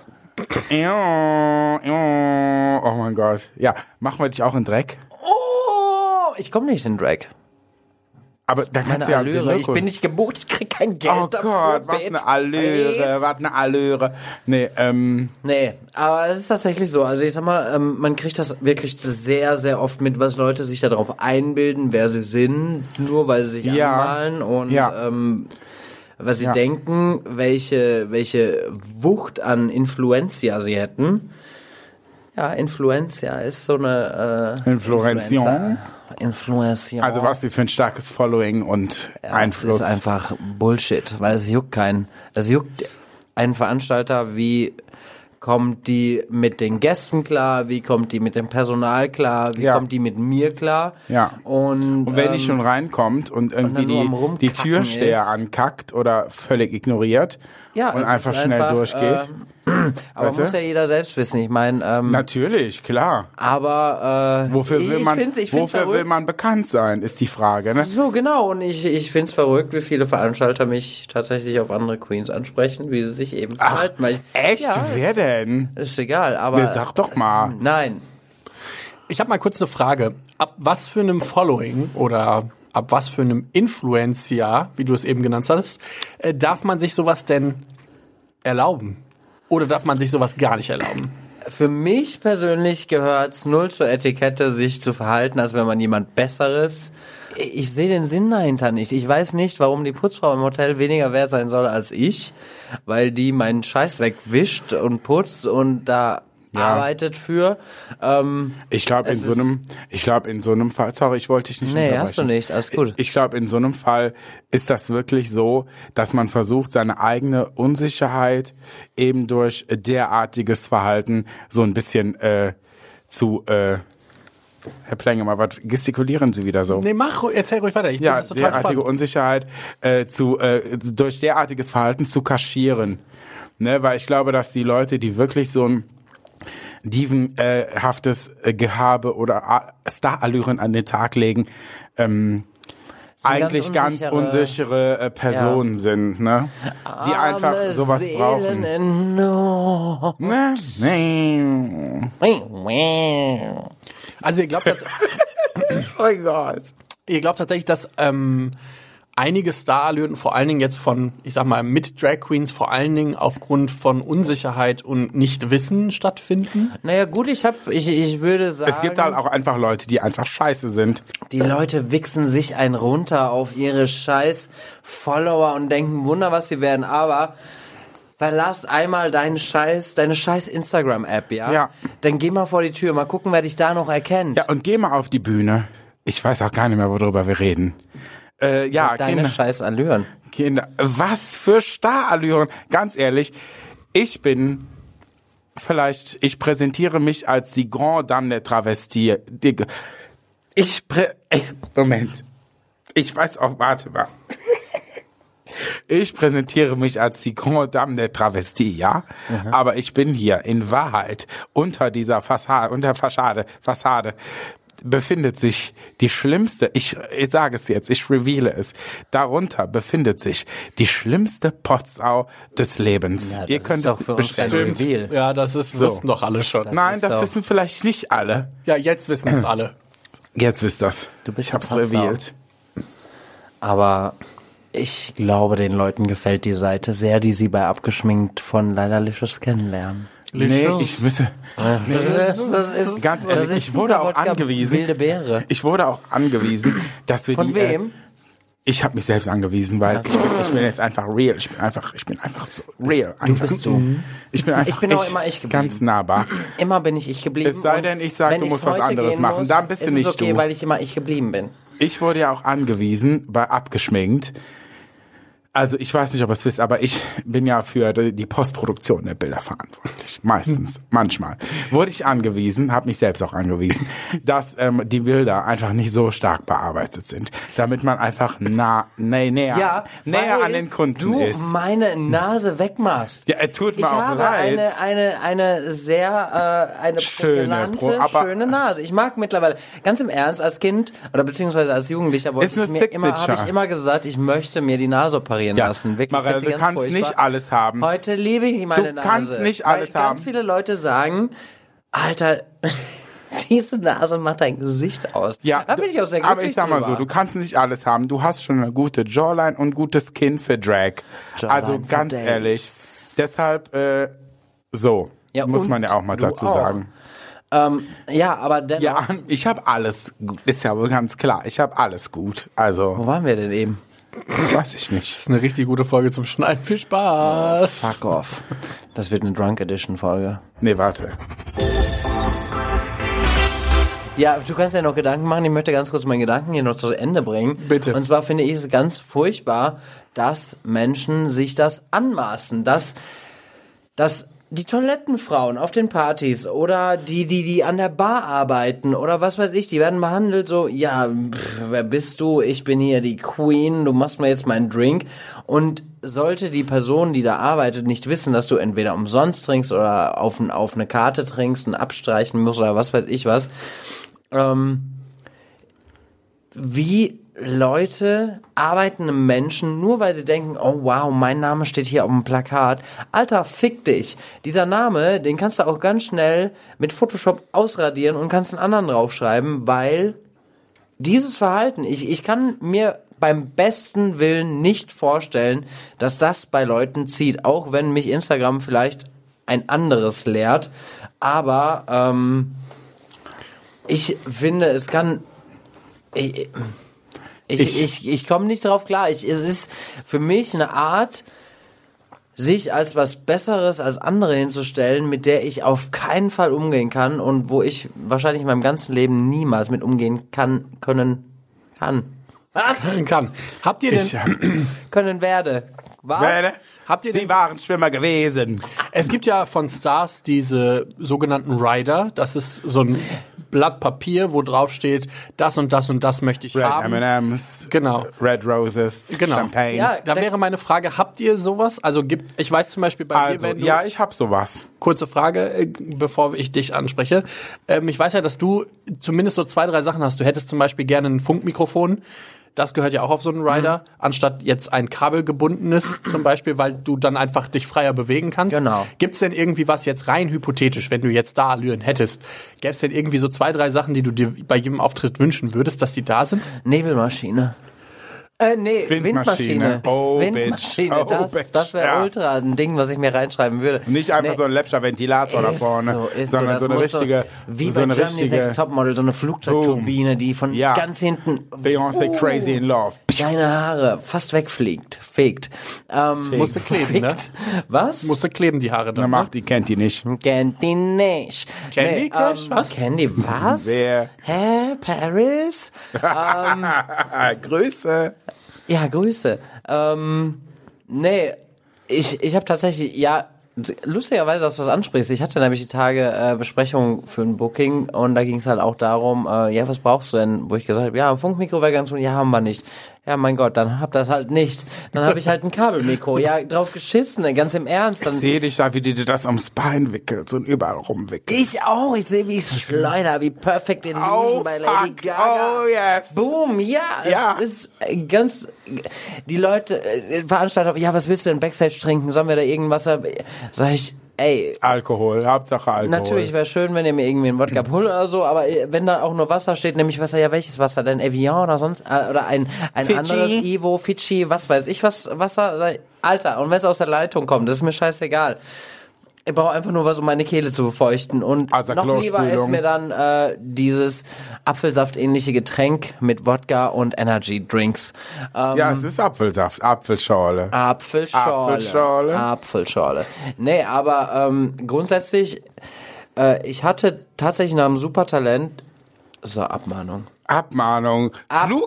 Speaker 2: Ja, ja, oh mein Gott. Ja, machen wir dich auch in Dreck?
Speaker 1: Oh, ich komme nicht in Drag.
Speaker 2: Aber da
Speaker 1: Meine
Speaker 2: kannst du ja den
Speaker 1: Allüre. Ich
Speaker 2: Mirko-
Speaker 1: bin nicht gebucht, ich krieg kein Geld
Speaker 2: Oh
Speaker 1: dafür.
Speaker 2: Gott, was
Speaker 1: bitch.
Speaker 2: eine Allüre,
Speaker 1: Please.
Speaker 2: was eine Allüre. Nee, ähm,
Speaker 1: Nee, aber es ist tatsächlich so. Also ich sag mal, ähm, man kriegt das wirklich sehr, sehr oft mit, was Leute sich da drauf einbilden, wer sie sind, nur weil sie sich
Speaker 2: Ja.
Speaker 1: anmalen und
Speaker 2: Ja.
Speaker 1: ähm, was sie
Speaker 2: Ja.
Speaker 1: denken, welche, welche Wucht an Influencia sie hätten. Ja, Influencia ist so eine äh,
Speaker 2: Influenzion.
Speaker 1: Influencia.
Speaker 2: also was sie für ein starkes Following und Einfluss.
Speaker 1: Das Oh. ist einfach Bullshit, weil es juckt keinen. Es juckt einen Veranstalter, wie kommt die mit den Gästen klar, wie kommt die mit dem Personal klar, wie
Speaker 2: Ja.
Speaker 1: kommt die mit mir klar.
Speaker 2: Ja.
Speaker 1: Und,
Speaker 2: Und wenn
Speaker 1: ähm,
Speaker 2: die schon reinkommt und irgendwie
Speaker 1: dann nur am
Speaker 2: die, die
Speaker 1: Rumkacken
Speaker 2: Türsteher
Speaker 1: ist.
Speaker 2: ankackt oder völlig ignoriert
Speaker 1: ja,
Speaker 2: und
Speaker 1: es
Speaker 2: einfach
Speaker 1: ist
Speaker 2: schnell durchgeht.
Speaker 1: ähm, aber
Speaker 2: Weißt du?
Speaker 1: muss ja jeder selbst wissen. Ich meine, ähm,
Speaker 2: Natürlich, klar.
Speaker 1: aber äh,
Speaker 2: Wofür
Speaker 1: ich,
Speaker 2: will man,
Speaker 1: ich find's, ich find's
Speaker 2: wofür
Speaker 1: verrückt.
Speaker 2: will man bekannt sein, ist die Frage. Ne?
Speaker 1: So, genau. Und ich, ich find's verrückt, wie viele Veranstalter mich tatsächlich auf andere Queens ansprechen, wie sie sich eben verhalten. Weil ich-
Speaker 2: Echt?
Speaker 1: Ja, Äh,
Speaker 2: Wer
Speaker 1: ist,
Speaker 2: denn?
Speaker 1: ist egal, aber.
Speaker 2: Sag doch mal.
Speaker 1: Nein.
Speaker 3: Ich habe mal kurz eine Frage. Ab was für einem Following oder ab was für einem Influencer, wie du es eben genannt hast, äh, darf man sich sowas denn erlauben? Oder darf man sich sowas gar nicht erlauben?
Speaker 1: Für mich persönlich gehört's null zur Etikette, sich zu verhalten, als wenn man jemand Besseres. Ich sehe den Sinn dahinter nicht. Ich weiß nicht, warum die Putzfrau im Hotel weniger wert sein soll als ich, weil die meinen Scheiß wegwischt und putzt und da arbeitet für. Ähm,
Speaker 2: Ich glaube in
Speaker 1: Es
Speaker 2: so einem, ich glaube in so einem Fall, sorry, ich wollte dich nicht
Speaker 1: Nee,
Speaker 2: unterbrechen.
Speaker 1: hast du nicht, alles gut.
Speaker 2: Ich glaube in so einem Fall ist das wirklich so, dass man versucht seine eigene Unsicherheit eben durch derartiges Verhalten so ein bisschen äh, zu äh, Herr Plengemer, was gestikulieren Sie wieder so?
Speaker 3: Nee, mach, ru- erzähl ruhig weiter. Ich
Speaker 2: ja,
Speaker 3: finde das total
Speaker 2: derartige
Speaker 3: spannend.
Speaker 2: Unsicherheit äh, zu äh, durch derartiges Verhalten zu kaschieren. Ne, weil ich glaube, dass die Leute, die wirklich so ein dievenhaftes äh, Gehabe oder A- Starallüren an den Tag legen, ähm, eigentlich ganz unsichere, äh, Personen sind, ne? Die einfach
Speaker 1: Arme
Speaker 2: sowas
Speaker 1: Seelen
Speaker 2: brauchen.
Speaker 1: in Not.
Speaker 2: Ne? Nee.
Speaker 1: Oh
Speaker 3: Also ihr glaubt, jetzt,
Speaker 2: Oh Gott.
Speaker 3: ihr glaubt tatsächlich, dass ähm, einige Starallüren vor allen Dingen jetzt von, ich sag mal, mit Drag Queens vor allen Dingen aufgrund von Unsicherheit und Nichtwissen stattfinden?
Speaker 1: Naja, gut, ich hab, ich, ich würde sagen.
Speaker 2: Es gibt halt auch einfach Leute, die einfach scheiße sind.
Speaker 1: Die Leute wichsen sich ein runter auf ihre scheiß Follower und denken, Wunder, was sie werden, aber verlass einmal deinen scheiß, deine scheiß Instagram-App, ja?
Speaker 2: Ja.
Speaker 1: Dann geh mal vor die Tür, mal gucken, wer dich da noch erkennt.
Speaker 2: Ja, und geh mal auf die Bühne. Ich weiß auch gar nicht mehr, worüber wir reden. Äh, ja,
Speaker 1: Deine
Speaker 2: Kinder,
Speaker 1: scheiß Allüren.
Speaker 2: Kinder. Was für Starallüren. Ganz ehrlich, ich bin vielleicht, ich präsentiere mich als die Grand Dame der Travestie. Die- Ich prä Ey, Moment. Ich weiß auch, warte mal. Ich präsentiere mich als die Grand Dame der Travestie, ja. Aber ich bin hier in Wahrheit unter dieser Fassade, unter Fassade, Fassade befindet sich die schlimmste, ich, ich sage es jetzt, ich reveale es, darunter befindet sich die schlimmste Potsau des Lebens. Ihr
Speaker 1: das
Speaker 2: könnt
Speaker 1: ist doch
Speaker 2: es
Speaker 1: für uns kein
Speaker 2: bestimmt.
Speaker 1: Reveal.
Speaker 3: Ja, das ist, wussten doch alle schon.
Speaker 2: Nein,
Speaker 1: ist
Speaker 2: das
Speaker 1: doch-
Speaker 2: wissen vielleicht nicht alle.
Speaker 3: Ja, jetzt wissen es alle.
Speaker 2: Jetzt wisst das.
Speaker 1: Du bist
Speaker 2: ich hab's
Speaker 1: eine Potsau.
Speaker 2: revealed.
Speaker 1: Aber ich glaube, den Leuten gefällt die Seite sehr, die sie bei Abgeschminkt von Leila Licious kennenlernen.
Speaker 2: Nee, ich wisse.
Speaker 1: Das, das ist,
Speaker 2: Ganz
Speaker 1: das
Speaker 2: ehrlich,
Speaker 1: ist
Speaker 2: ich wurde
Speaker 1: dieser
Speaker 2: auch
Speaker 1: Wodka
Speaker 2: angewiesen.
Speaker 1: Wilde Beere.
Speaker 2: Ich wurde auch angewiesen, dass wir
Speaker 1: Von
Speaker 2: die. Äh,
Speaker 1: wem?
Speaker 2: ich habe mich selbst angewiesen, weil ich bin jetzt einfach real. Ich bin einfach, ich bin einfach so real. Einfach.
Speaker 1: bist du.
Speaker 2: Ich bin einfach
Speaker 1: Ich bin auch
Speaker 2: echt,
Speaker 1: immer ich geblieben.
Speaker 2: ganz nahbar.
Speaker 1: Immer bin ich ich geblieben.
Speaker 2: Es sei
Speaker 1: und
Speaker 2: denn, ich sag,
Speaker 1: wenn
Speaker 2: du
Speaker 1: ich's
Speaker 2: musst was
Speaker 1: heute
Speaker 2: anderes
Speaker 1: gehen
Speaker 2: machen.
Speaker 1: muss,
Speaker 2: Dann bist du
Speaker 1: ist
Speaker 2: nicht
Speaker 1: es okay,
Speaker 2: du.
Speaker 1: weil ich immer ich geblieben bin.
Speaker 2: Ich wurde ja auch angewiesen, bei abgeschminkt. Also ich weiß nicht, ob ihr es wisst, aber ich bin ja für die die Postproduktion der Bilder verantwortlich. Meistens, manchmal. Wurde ich angewiesen, habe mich selbst auch angewiesen, dass ähm, die Bilder einfach nicht so stark bearbeitet sind, damit man einfach nah, nee, näher, Ah, näher
Speaker 1: weil
Speaker 2: an den Kunden
Speaker 1: du
Speaker 2: ist.
Speaker 1: meine Nase wegmachst.
Speaker 2: Ja, er tut mir
Speaker 1: ich
Speaker 2: auch
Speaker 1: habe
Speaker 2: leid.
Speaker 1: eine eine eine sehr äh, eine
Speaker 2: Schöne,
Speaker 1: prägnante,
Speaker 2: pro- aber-
Speaker 1: schöne Nase. Ich mag mittlerweile ganz im Ernst als Kind oder beziehungsweise als Jugendlicher
Speaker 2: Ist
Speaker 1: wollte
Speaker 2: eine
Speaker 1: ich mir immer habe ich
Speaker 2: Signature.
Speaker 1: immer gesagt, ich möchte mir die Nase operieren
Speaker 2: Ja,
Speaker 1: lassen. Wirklich,
Speaker 2: Marielle,
Speaker 1: ich find sie
Speaker 2: du
Speaker 1: ganz
Speaker 2: kannst
Speaker 1: furchtbar.
Speaker 2: nicht alles haben.
Speaker 1: Heute liebe ich meine
Speaker 2: Du
Speaker 1: Nase.
Speaker 2: kannst nicht alles
Speaker 1: weil
Speaker 2: haben.
Speaker 1: Ganz viele Leute sagen, Alter, Diese Nase macht dein Gesicht aus. da bin ich auch sehr glücklich
Speaker 2: aber ich sag mal
Speaker 1: drüber.
Speaker 2: so, du kannst nicht alles haben. Du hast schon eine gute Jawline und gutes Kinn für Drag. also
Speaker 1: für
Speaker 2: ganz
Speaker 1: Dates.
Speaker 2: ehrlich. Deshalb äh, so
Speaker 1: Ja,
Speaker 2: muss
Speaker 1: und
Speaker 2: man ja auch mal
Speaker 1: du
Speaker 2: dazu
Speaker 1: auch.
Speaker 2: sagen.
Speaker 1: ähm, ja, aber dennoch.
Speaker 2: Ja, ich habe alles. gut. Ist ja wohl ganz klar. Ich habe alles gut. Also
Speaker 1: Wo waren wir denn eben?
Speaker 2: weiß ich nicht.
Speaker 3: ist eine richtig gute Folge zum Schneiden. Viel Spaß.
Speaker 1: Fuck off. Das wird eine Drunk Edition Folge.
Speaker 2: Nee, warte.
Speaker 1: Ja, du kannst ja noch Gedanken machen. Ich möchte ganz kurz meinen Gedanken hier noch zu Ende bringen.
Speaker 3: Bitte.
Speaker 1: Und zwar finde ich es ganz furchtbar, dass Menschen sich das anmaßen, dass, dass die Toilettenfrauen auf den Partys oder die, die, die an der Bar arbeiten oder was weiß ich, die werden behandelt so, ja, pff, wer bist du? Ich bin hier die Queen, du machst mir jetzt meinen Drink. Und sollte die Person, die da arbeitet, nicht wissen, dass du entweder umsonst trinkst oder auf, ein- auf eine Karte trinkst und abstreichen musst oder was weiß ich was, ähm, wie Leute arbeitende Menschen, nur weil sie denken, oh wow, mein Name steht hier auf dem Plakat. Alter, fick dich. Dieser Name, den kannst du auch ganz schnell mit Photoshop ausradieren und kannst einen anderen draufschreiben, weil dieses Verhalten, ich, ich kann mir beim besten Willen nicht vorstellen, dass das bei Leuten zieht, auch wenn mich Instagram vielleicht ein anderes lehrt. Aber ähm, ich finde, es kann. Ich, ich, ich, ich, komme nicht drauf klar. Ich, es ist für mich eine Art, sich als was Besseres als andere hinzustellen, mit der ich auf keinen Fall umgehen kann und wo ich wahrscheinlich in meinem ganzen Leben niemals mit umgehen kann, können, kann,
Speaker 3: Kann. Habt ihr denn,
Speaker 2: Ich hab,
Speaker 1: können werde. Was?
Speaker 2: werde,
Speaker 3: habt ihr
Speaker 2: Sie
Speaker 3: den,
Speaker 2: waren Schwimmer gewesen.
Speaker 3: es gibt ja von Stars diese sogenannten Rider. Das ist so ein Blatt Papier, wo drauf steht, das und das und das möchte ich
Speaker 2: Red
Speaker 3: haben.
Speaker 2: M&M's.
Speaker 3: Genau.
Speaker 2: Red Roses.
Speaker 3: Genau.
Speaker 2: Champagne.
Speaker 1: Ja,
Speaker 3: Da wäre meine Frage, habt ihr sowas? Also gibt, ich weiß zum Beispiel bei dir,
Speaker 2: also,
Speaker 3: wenn du,
Speaker 2: ja, ich hab sowas.
Speaker 3: kurze Frage, äh, bevor ich dich anspreche. Ähm, ich weiß ja, dass du zumindest so zwei, drei Sachen hast. Du hättest zum Beispiel gerne ein Funkmikrofon. Das gehört ja auch auf so
Speaker 2: Mhm.
Speaker 3: einen Rider, anstatt jetzt ein kabelgebundenes zum Beispiel, weil du dann einfach dich freier bewegen kannst.
Speaker 1: Genau.
Speaker 3: Gibt's denn irgendwie was jetzt rein hypothetisch, wenn du jetzt da Allüren hättest? Gäb's denn irgendwie so zwei, drei Sachen, die du dir bei jedem Auftritt wünschen würdest, dass die da sind?
Speaker 1: Nebelmaschine. Äh, nee, Windmaschine.
Speaker 2: Windmaschine. Oh, bitch.
Speaker 1: Windmaschine,
Speaker 2: Oh,
Speaker 1: das,
Speaker 2: bitch.
Speaker 1: das wäre
Speaker 2: Ja.
Speaker 1: ultra ein Ding, was ich mir reinschreiben würde.
Speaker 2: Nicht einfach
Speaker 1: Nee.
Speaker 2: so ein läppscher Ventilator da
Speaker 1: Ist
Speaker 2: vorne,
Speaker 1: so, ist so,
Speaker 2: sondern
Speaker 1: das
Speaker 2: so, eine
Speaker 1: muss so-
Speaker 2: richtige,
Speaker 1: Wie
Speaker 2: so
Speaker 1: bei
Speaker 2: eine
Speaker 1: Germany's
Speaker 2: richtige
Speaker 1: Next Topmodel, so eine Flugzeugturbine, die von
Speaker 2: Ja.
Speaker 1: ganz hinten
Speaker 2: Beyoncé
Speaker 1: Uh,
Speaker 2: Crazy in Love.
Speaker 1: kleine Haare fast wegfliegt, fegt. Ähm,
Speaker 3: Musste kleben,
Speaker 1: fegt.
Speaker 3: ne?
Speaker 1: Was?
Speaker 3: Musste kleben die Haare
Speaker 1: Mhm.
Speaker 2: Na
Speaker 3: dann. ne?
Speaker 2: macht die kennt die nicht.
Speaker 1: Candy nicht.
Speaker 3: Candy Crush, was?
Speaker 1: Candy was?
Speaker 2: Wer?
Speaker 1: Hä? Paris? Ähm.
Speaker 2: Grüße.
Speaker 1: Ja, Grüße. Ähm, nee, ich, ich habe tatsächlich, ja, lustigerweise, dass du das ansprichst. Ich hatte nämlich die Tage äh, Besprechung für ein Booking und da ging es halt auch darum, äh, ja, was brauchst du denn? Wo ich gesagt habe, ja, ein Funkmikro wäre ganz gut, ja, haben wir nicht. Ja, mein Gott, dann hab das halt nicht. Dann habe ich halt ein Kabelmikro. Ja, drauf geschissen, ganz im Ernst. Dann
Speaker 2: Sehe dich da, wie die dir das ums Bein wickelt und überall rumwickelt.
Speaker 1: ich auch, ich sehe, wie ich schleuder, wie Perfect Illusion
Speaker 2: Oh,
Speaker 1: bei Lady
Speaker 2: fuck.
Speaker 1: Gaga.
Speaker 2: Oh, yes.
Speaker 1: Boom, ja,
Speaker 2: Ja.
Speaker 1: es ist äh, ganz, die Leute, äh, Veranstalter, ja, was willst du denn Backstage trinken, sollen wir da irgendwas, haben? sag ich, ey,
Speaker 2: Alkohol, Hauptsache Alkohol.
Speaker 1: natürlich wäre schön, wenn ihr mir irgendwie einen Wodka Pull oder so, aber äh, wenn da auch nur Wasser steht, nämlich Wasser, ja, welches Wasser denn, Evian oder sonst, äh, oder ein, ein
Speaker 2: Fidschi.
Speaker 1: anderes Ivo, Fidschi, was weiß ich, was, Wasser, sag ich, Alter, und wenn es aus der Leitung kommt, das ist mir scheißegal. Ich brauche einfach nur was, um meine Kehle zu befeuchten. Und
Speaker 2: Also
Speaker 1: noch lieber ist
Speaker 2: Klospülung.
Speaker 1: mir dann äh, dieses Apfelsaft-ähnliche Getränk mit Wodka und Energy-Drinks. Ähm,
Speaker 2: Ja, es ist Apfelsaft, Apfelschorle.
Speaker 1: Apfelschorle.
Speaker 2: Apfelschorle.
Speaker 1: Apfelschorle. Nee, aber ähm, grundsätzlich, äh, ich hatte tatsächlich nach einem Supertalent so Abmahnung.
Speaker 2: Abmahnung,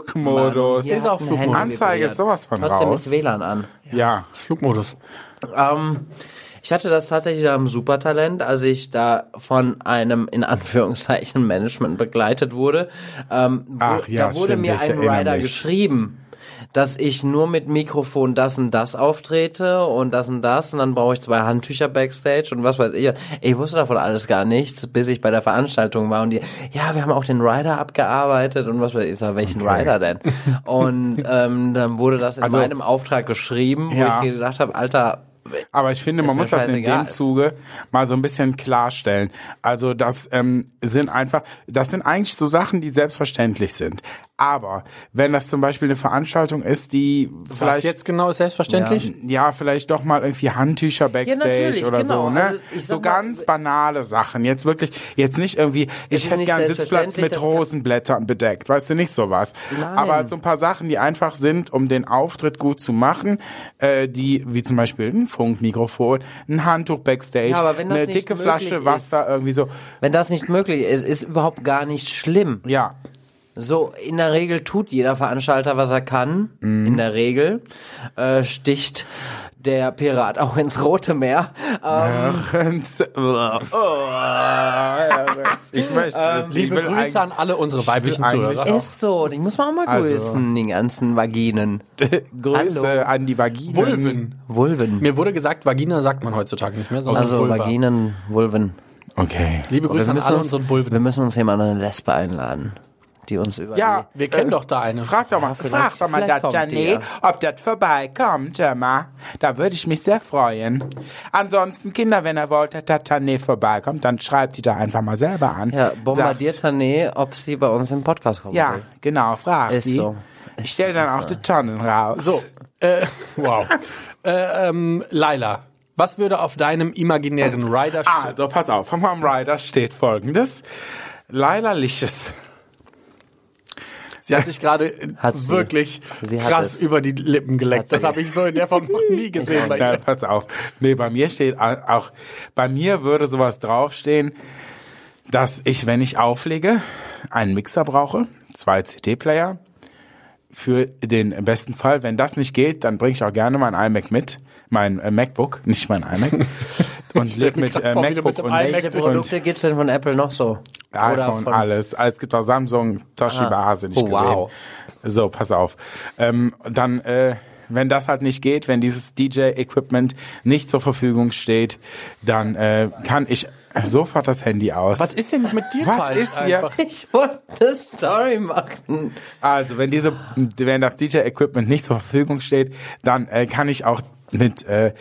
Speaker 2: Flugmodus.
Speaker 1: Ja,
Speaker 3: Ist auch
Speaker 1: mein Handy
Speaker 3: Flugmodus.
Speaker 2: Anzeige
Speaker 1: vibriert.
Speaker 2: ist sowas von
Speaker 1: Trotzdem
Speaker 2: raus.
Speaker 1: ist WLAN an.
Speaker 2: Ja.
Speaker 3: Flugmodus.
Speaker 1: Ähm, ich hatte das tatsächlich am Supertalent, als ich da von einem in Anführungszeichen Management begleitet wurde. Ähm, wo,
Speaker 2: Ach ja,
Speaker 1: da wurde
Speaker 2: stimmt,
Speaker 1: mir
Speaker 2: ich
Speaker 1: ein
Speaker 2: erinnere
Speaker 1: Rider
Speaker 2: mich.
Speaker 1: geschrieben, dass ich nur mit Mikrofon das und das auftrete und das und das und dann brauche ich zwei Handtücher backstage und was weiß ich. Ich wusste davon alles gar nichts, bis ich bei der Veranstaltung war und die, ja, wir haben auch den Rider abgearbeitet und was weiß ich, ich sag, welchen Rider denn? Und ähm, dann wurde das in
Speaker 2: Also-
Speaker 1: meinem Auftrag geschrieben, wo
Speaker 2: Ja.
Speaker 1: ich gedacht habe, Alter,
Speaker 2: Aber ich finde, man
Speaker 1: mir
Speaker 2: muss das in
Speaker 1: scheißegal.
Speaker 2: dem Zuge mal so ein bisschen klarstellen. Also das ähm, sind einfach, das sind eigentlich so Sachen, die selbstverständlich sind. Aber wenn das zum Beispiel eine Veranstaltung ist, die
Speaker 3: Was
Speaker 2: vielleicht
Speaker 3: jetzt genau ist selbstverständlich?
Speaker 2: ja, vielleicht doch mal irgendwie Handtücher backstage
Speaker 1: natürlich,
Speaker 2: oder
Speaker 1: genau.
Speaker 2: so, ne?
Speaker 1: Also ich sag
Speaker 2: so
Speaker 1: mal,
Speaker 2: ganz banale Sachen. Jetzt wirklich, jetzt nicht irgendwie, ich
Speaker 1: ist
Speaker 2: hätte
Speaker 1: nicht
Speaker 2: gern einen Sitzplatz
Speaker 1: selbstverständlich,
Speaker 2: mit
Speaker 1: das kann-
Speaker 2: Rosenblättern bedeckt, weißt du, nicht sowas. Aber so ein paar Sachen, die einfach sind, um den Auftritt gut zu machen, äh, die, wie zum Beispiel ein Funkmikrofon, ein Handtuch backstage,
Speaker 1: Ja, aber wenn das
Speaker 2: eine
Speaker 1: nicht
Speaker 2: dicke
Speaker 1: möglich
Speaker 2: Flasche
Speaker 1: ist-
Speaker 2: Wasser, irgendwie so.
Speaker 1: Wenn das nicht möglich ist, ist überhaupt gar nicht schlimm.
Speaker 2: Ja.
Speaker 1: So, in der Regel tut jeder Veranstalter, was er kann.
Speaker 3: Mhm.
Speaker 1: In der Regel äh, sticht der Pirat auch ins Rote Meer. Ähm,
Speaker 2: Oh. ich möchte es.
Speaker 3: Liebe
Speaker 2: ich will
Speaker 3: Grüße an alle unsere weiblichen
Speaker 2: will eigentlich
Speaker 3: Zuhörer.
Speaker 1: ist so, die muss man auch mal
Speaker 2: Also.
Speaker 1: grüßen, den ganzen Vaginen.
Speaker 2: eigentlich- Grüße
Speaker 1: Hallo.
Speaker 2: an die Vaginen.
Speaker 3: Vulven.
Speaker 1: Vulven.
Speaker 3: Mir wurde gesagt, Vagina sagt man heutzutage nicht mehr, sondern
Speaker 1: Also
Speaker 3: Vulva.
Speaker 1: Vaginen, Vulven.
Speaker 2: Okay.
Speaker 3: Liebe Grüße an alle unsere Vulven.
Speaker 1: wir müssen uns jemand eine Lesbe einladen, die uns über
Speaker 2: Ja, äh,
Speaker 3: Wir
Speaker 1: Äh,
Speaker 3: kennen doch da eine.
Speaker 2: Frag doch mal, frag doch mal
Speaker 1: ne? vielleicht
Speaker 2: das,
Speaker 1: kommt die
Speaker 2: Janet,
Speaker 1: ja.
Speaker 2: ob das vorbeikommt, hör mal. Da würde ich mich sehr freuen. Ansonsten, Kinder, wenn ihr wollt, dass das Janet vorbeikommt, dann schreibt die da einfach mal selber an.
Speaker 1: die, ja, bombardiert Tané, ob sie bei uns im Podcast kommt.
Speaker 2: Sagt, ja, genau, frag
Speaker 1: Ist
Speaker 2: die.
Speaker 1: so.
Speaker 2: Ich stelle dann auch die Tonnen raus.
Speaker 3: So, äh, wow. äh, ähm, Laila, was würde auf deinem imaginären
Speaker 1: Ah.
Speaker 3: Rider stehen?
Speaker 2: Also, pass auf, auf meinem Rider steht folgendes. Laila Lisches.
Speaker 3: Sie hat sich gerade äh,
Speaker 1: Hat sie.
Speaker 3: wirklich
Speaker 1: Sie hat
Speaker 3: krass
Speaker 1: es.
Speaker 3: über die Lippen geleckt.
Speaker 1: Hat
Speaker 3: Das
Speaker 1: sie.
Speaker 3: habe ich so in der Form noch nie gesehen. Bei
Speaker 2: Nein,
Speaker 3: ihr.
Speaker 2: pass auf. Nee, bei mir steht au- auch, bei mir würde sowas draufstehen, dass ich, wenn ich auflege, einen Mixer brauche, zwei CD-Player. Für den besten Fall, wenn das nicht geht, dann bringe ich auch gerne mein iMac mit, mein äh, MacBook, nicht mein iMac. und lebe mit
Speaker 3: grad
Speaker 2: äh,
Speaker 3: vor, wie du
Speaker 2: MacBook
Speaker 3: mit dem
Speaker 2: und
Speaker 3: iMac
Speaker 1: Welche
Speaker 2: Mac und
Speaker 1: Produkte gibt's denn von Apple noch so?
Speaker 2: iPhone,
Speaker 1: von-
Speaker 2: alles. Ah, Es gibt auch Samsung, Toshiba,
Speaker 1: Ah.
Speaker 2: hast du nicht
Speaker 1: Oh,
Speaker 2: gesehen.
Speaker 1: wow.
Speaker 2: So, pass auf. Ähm, dann, äh, wenn das halt nicht geht, wenn dieses DJ-Equipment nicht zur Verfügung steht, dann äh, kann ich sofort das Handy aus.
Speaker 3: Was ist denn mit dir
Speaker 2: Was
Speaker 3: falsch?
Speaker 2: ist hier?
Speaker 3: einfach?
Speaker 1: Ich wollte eine Story machen.
Speaker 2: Also, wenn diese, wenn das DJ-Equipment nicht zur Verfügung steht, dann äh, kann ich auch mit äh,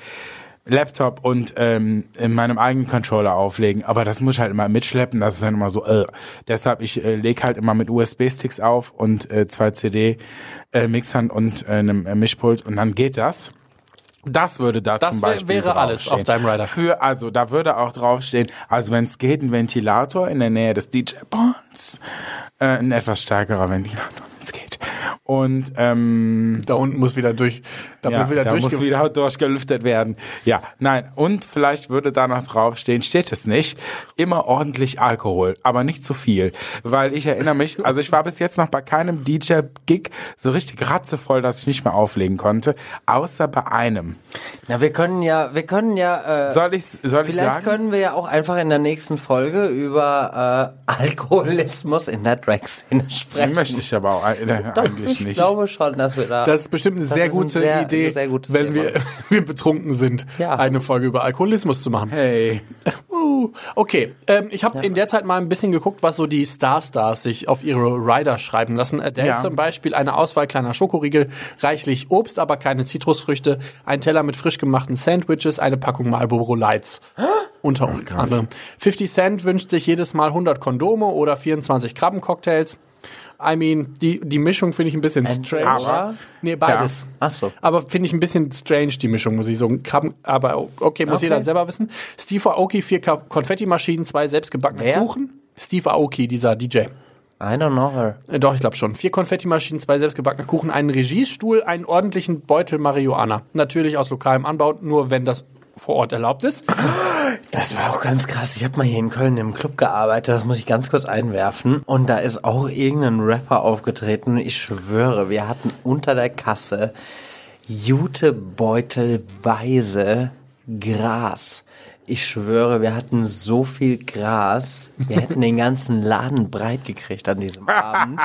Speaker 2: Laptop und ähm, in meinem eigenen Controller auflegen. Aber das muss ich halt immer mitschleppen. Das ist dann immer so. Äh. Deshalb ich äh, lege halt immer mit USB-Sticks auf und äh, zwei CD-Mixern und äh, einem äh, Mischpult und dann geht das. Das würde da
Speaker 3: Das
Speaker 2: zum
Speaker 3: wär-
Speaker 2: Beispiel
Speaker 3: wäre alles
Speaker 2: draufstehen.
Speaker 3: auf deinem Rider.
Speaker 2: Für, also da würde auch draufstehen, also wenn es geht, ein Ventilator in der Nähe des DJ-Bonds. Äh, ein etwas stärkerer Ventilator, wenn es geht. Und ähm,
Speaker 3: Da unten muss wieder durch. Da
Speaker 2: ja,
Speaker 3: muss wieder
Speaker 2: da
Speaker 3: durch.
Speaker 2: muss wieder durchgelüftet werden. Ja, nein. Und vielleicht würde da noch draufstehen, steht es nicht, immer ordentlich Alkohol, aber nicht zu viel. Weil ich erinnere mich, also ich war bis jetzt noch bei keinem DJ-Gig so richtig ratzevoll, dass ich nicht mehr auflegen konnte, außer bei einem.
Speaker 1: Na, wir können ja, wir können ja, äh,
Speaker 2: Soll ich, soll ich
Speaker 1: vielleicht
Speaker 2: sagen?
Speaker 1: können wir ja auch einfach in der nächsten Folge über äh, Alkoholismus in der Drag-Szene sprechen.
Speaker 2: Möchte ich aber auch ein- äh, eigentlich
Speaker 1: Ich
Speaker 2: nicht.
Speaker 1: glaube schon, dass wir da.
Speaker 3: Das ist bestimmt eine
Speaker 1: Das
Speaker 3: sehr
Speaker 1: ist ein
Speaker 3: gute
Speaker 1: sehr-
Speaker 3: Idee,
Speaker 1: sehr gutes
Speaker 3: wenn
Speaker 1: Thema.
Speaker 3: wir, wir betrunken sind,
Speaker 1: Ja.
Speaker 3: eine Folge über Alkoholismus zu machen.
Speaker 2: Hey,
Speaker 3: Uh, okay, ähm, ich habe in der Zeit mal ein bisschen geguckt, was so die Star-Stars sich auf ihre Rider schreiben lassen. Adele
Speaker 2: Ja.
Speaker 3: zum Beispiel eine Auswahl kleiner Schokoriegel, reichlich Obst, aber keine Zitrusfrüchte, ein Teller mit frisch gemachten Sandwiches, eine Packung Marlboro Lights. Unter anderem. 50 Cent wünscht sich jedes Mal 100 Kondome oder 24 Krabbencocktails. I mean, die, die Mischung finde ich ein bisschen strange.
Speaker 1: aber-
Speaker 3: nee, beides.
Speaker 1: Ach so.
Speaker 3: Aber finde ich ein bisschen strange, die Mischung, muss ich sagen. Krabben, aber okay, muss
Speaker 1: Okay.
Speaker 3: jeder selber wissen. Steve Aoki, vier Ka- Konfettimaschinen, zwei selbstgebackene
Speaker 1: Wer?
Speaker 3: Kuchen. Steve Aoki, dieser DJ.
Speaker 1: I don't know her.
Speaker 3: Äh, doch, ich glaube schon. Vier Konfettimaschinen, zwei selbstgebackene Kuchen, einen Regiestuhl, einen ordentlichen Beutel Marihuana. Natürlich aus lokalem Anbau, nur wenn das vor Ort erlaubt ist.
Speaker 1: Das war auch ganz krass. Ich habe mal hier in Köln im Club gearbeitet, das muss ich ganz kurz einwerfen. Und da ist auch irgendein Rapper aufgetreten. Ich schwöre, wir hatten unter der Kasse Jutebeutelweise Gras. Ich schwöre, wir hatten so viel Gras, wir hätten den ganzen Laden breit gekriegt an diesem Abend.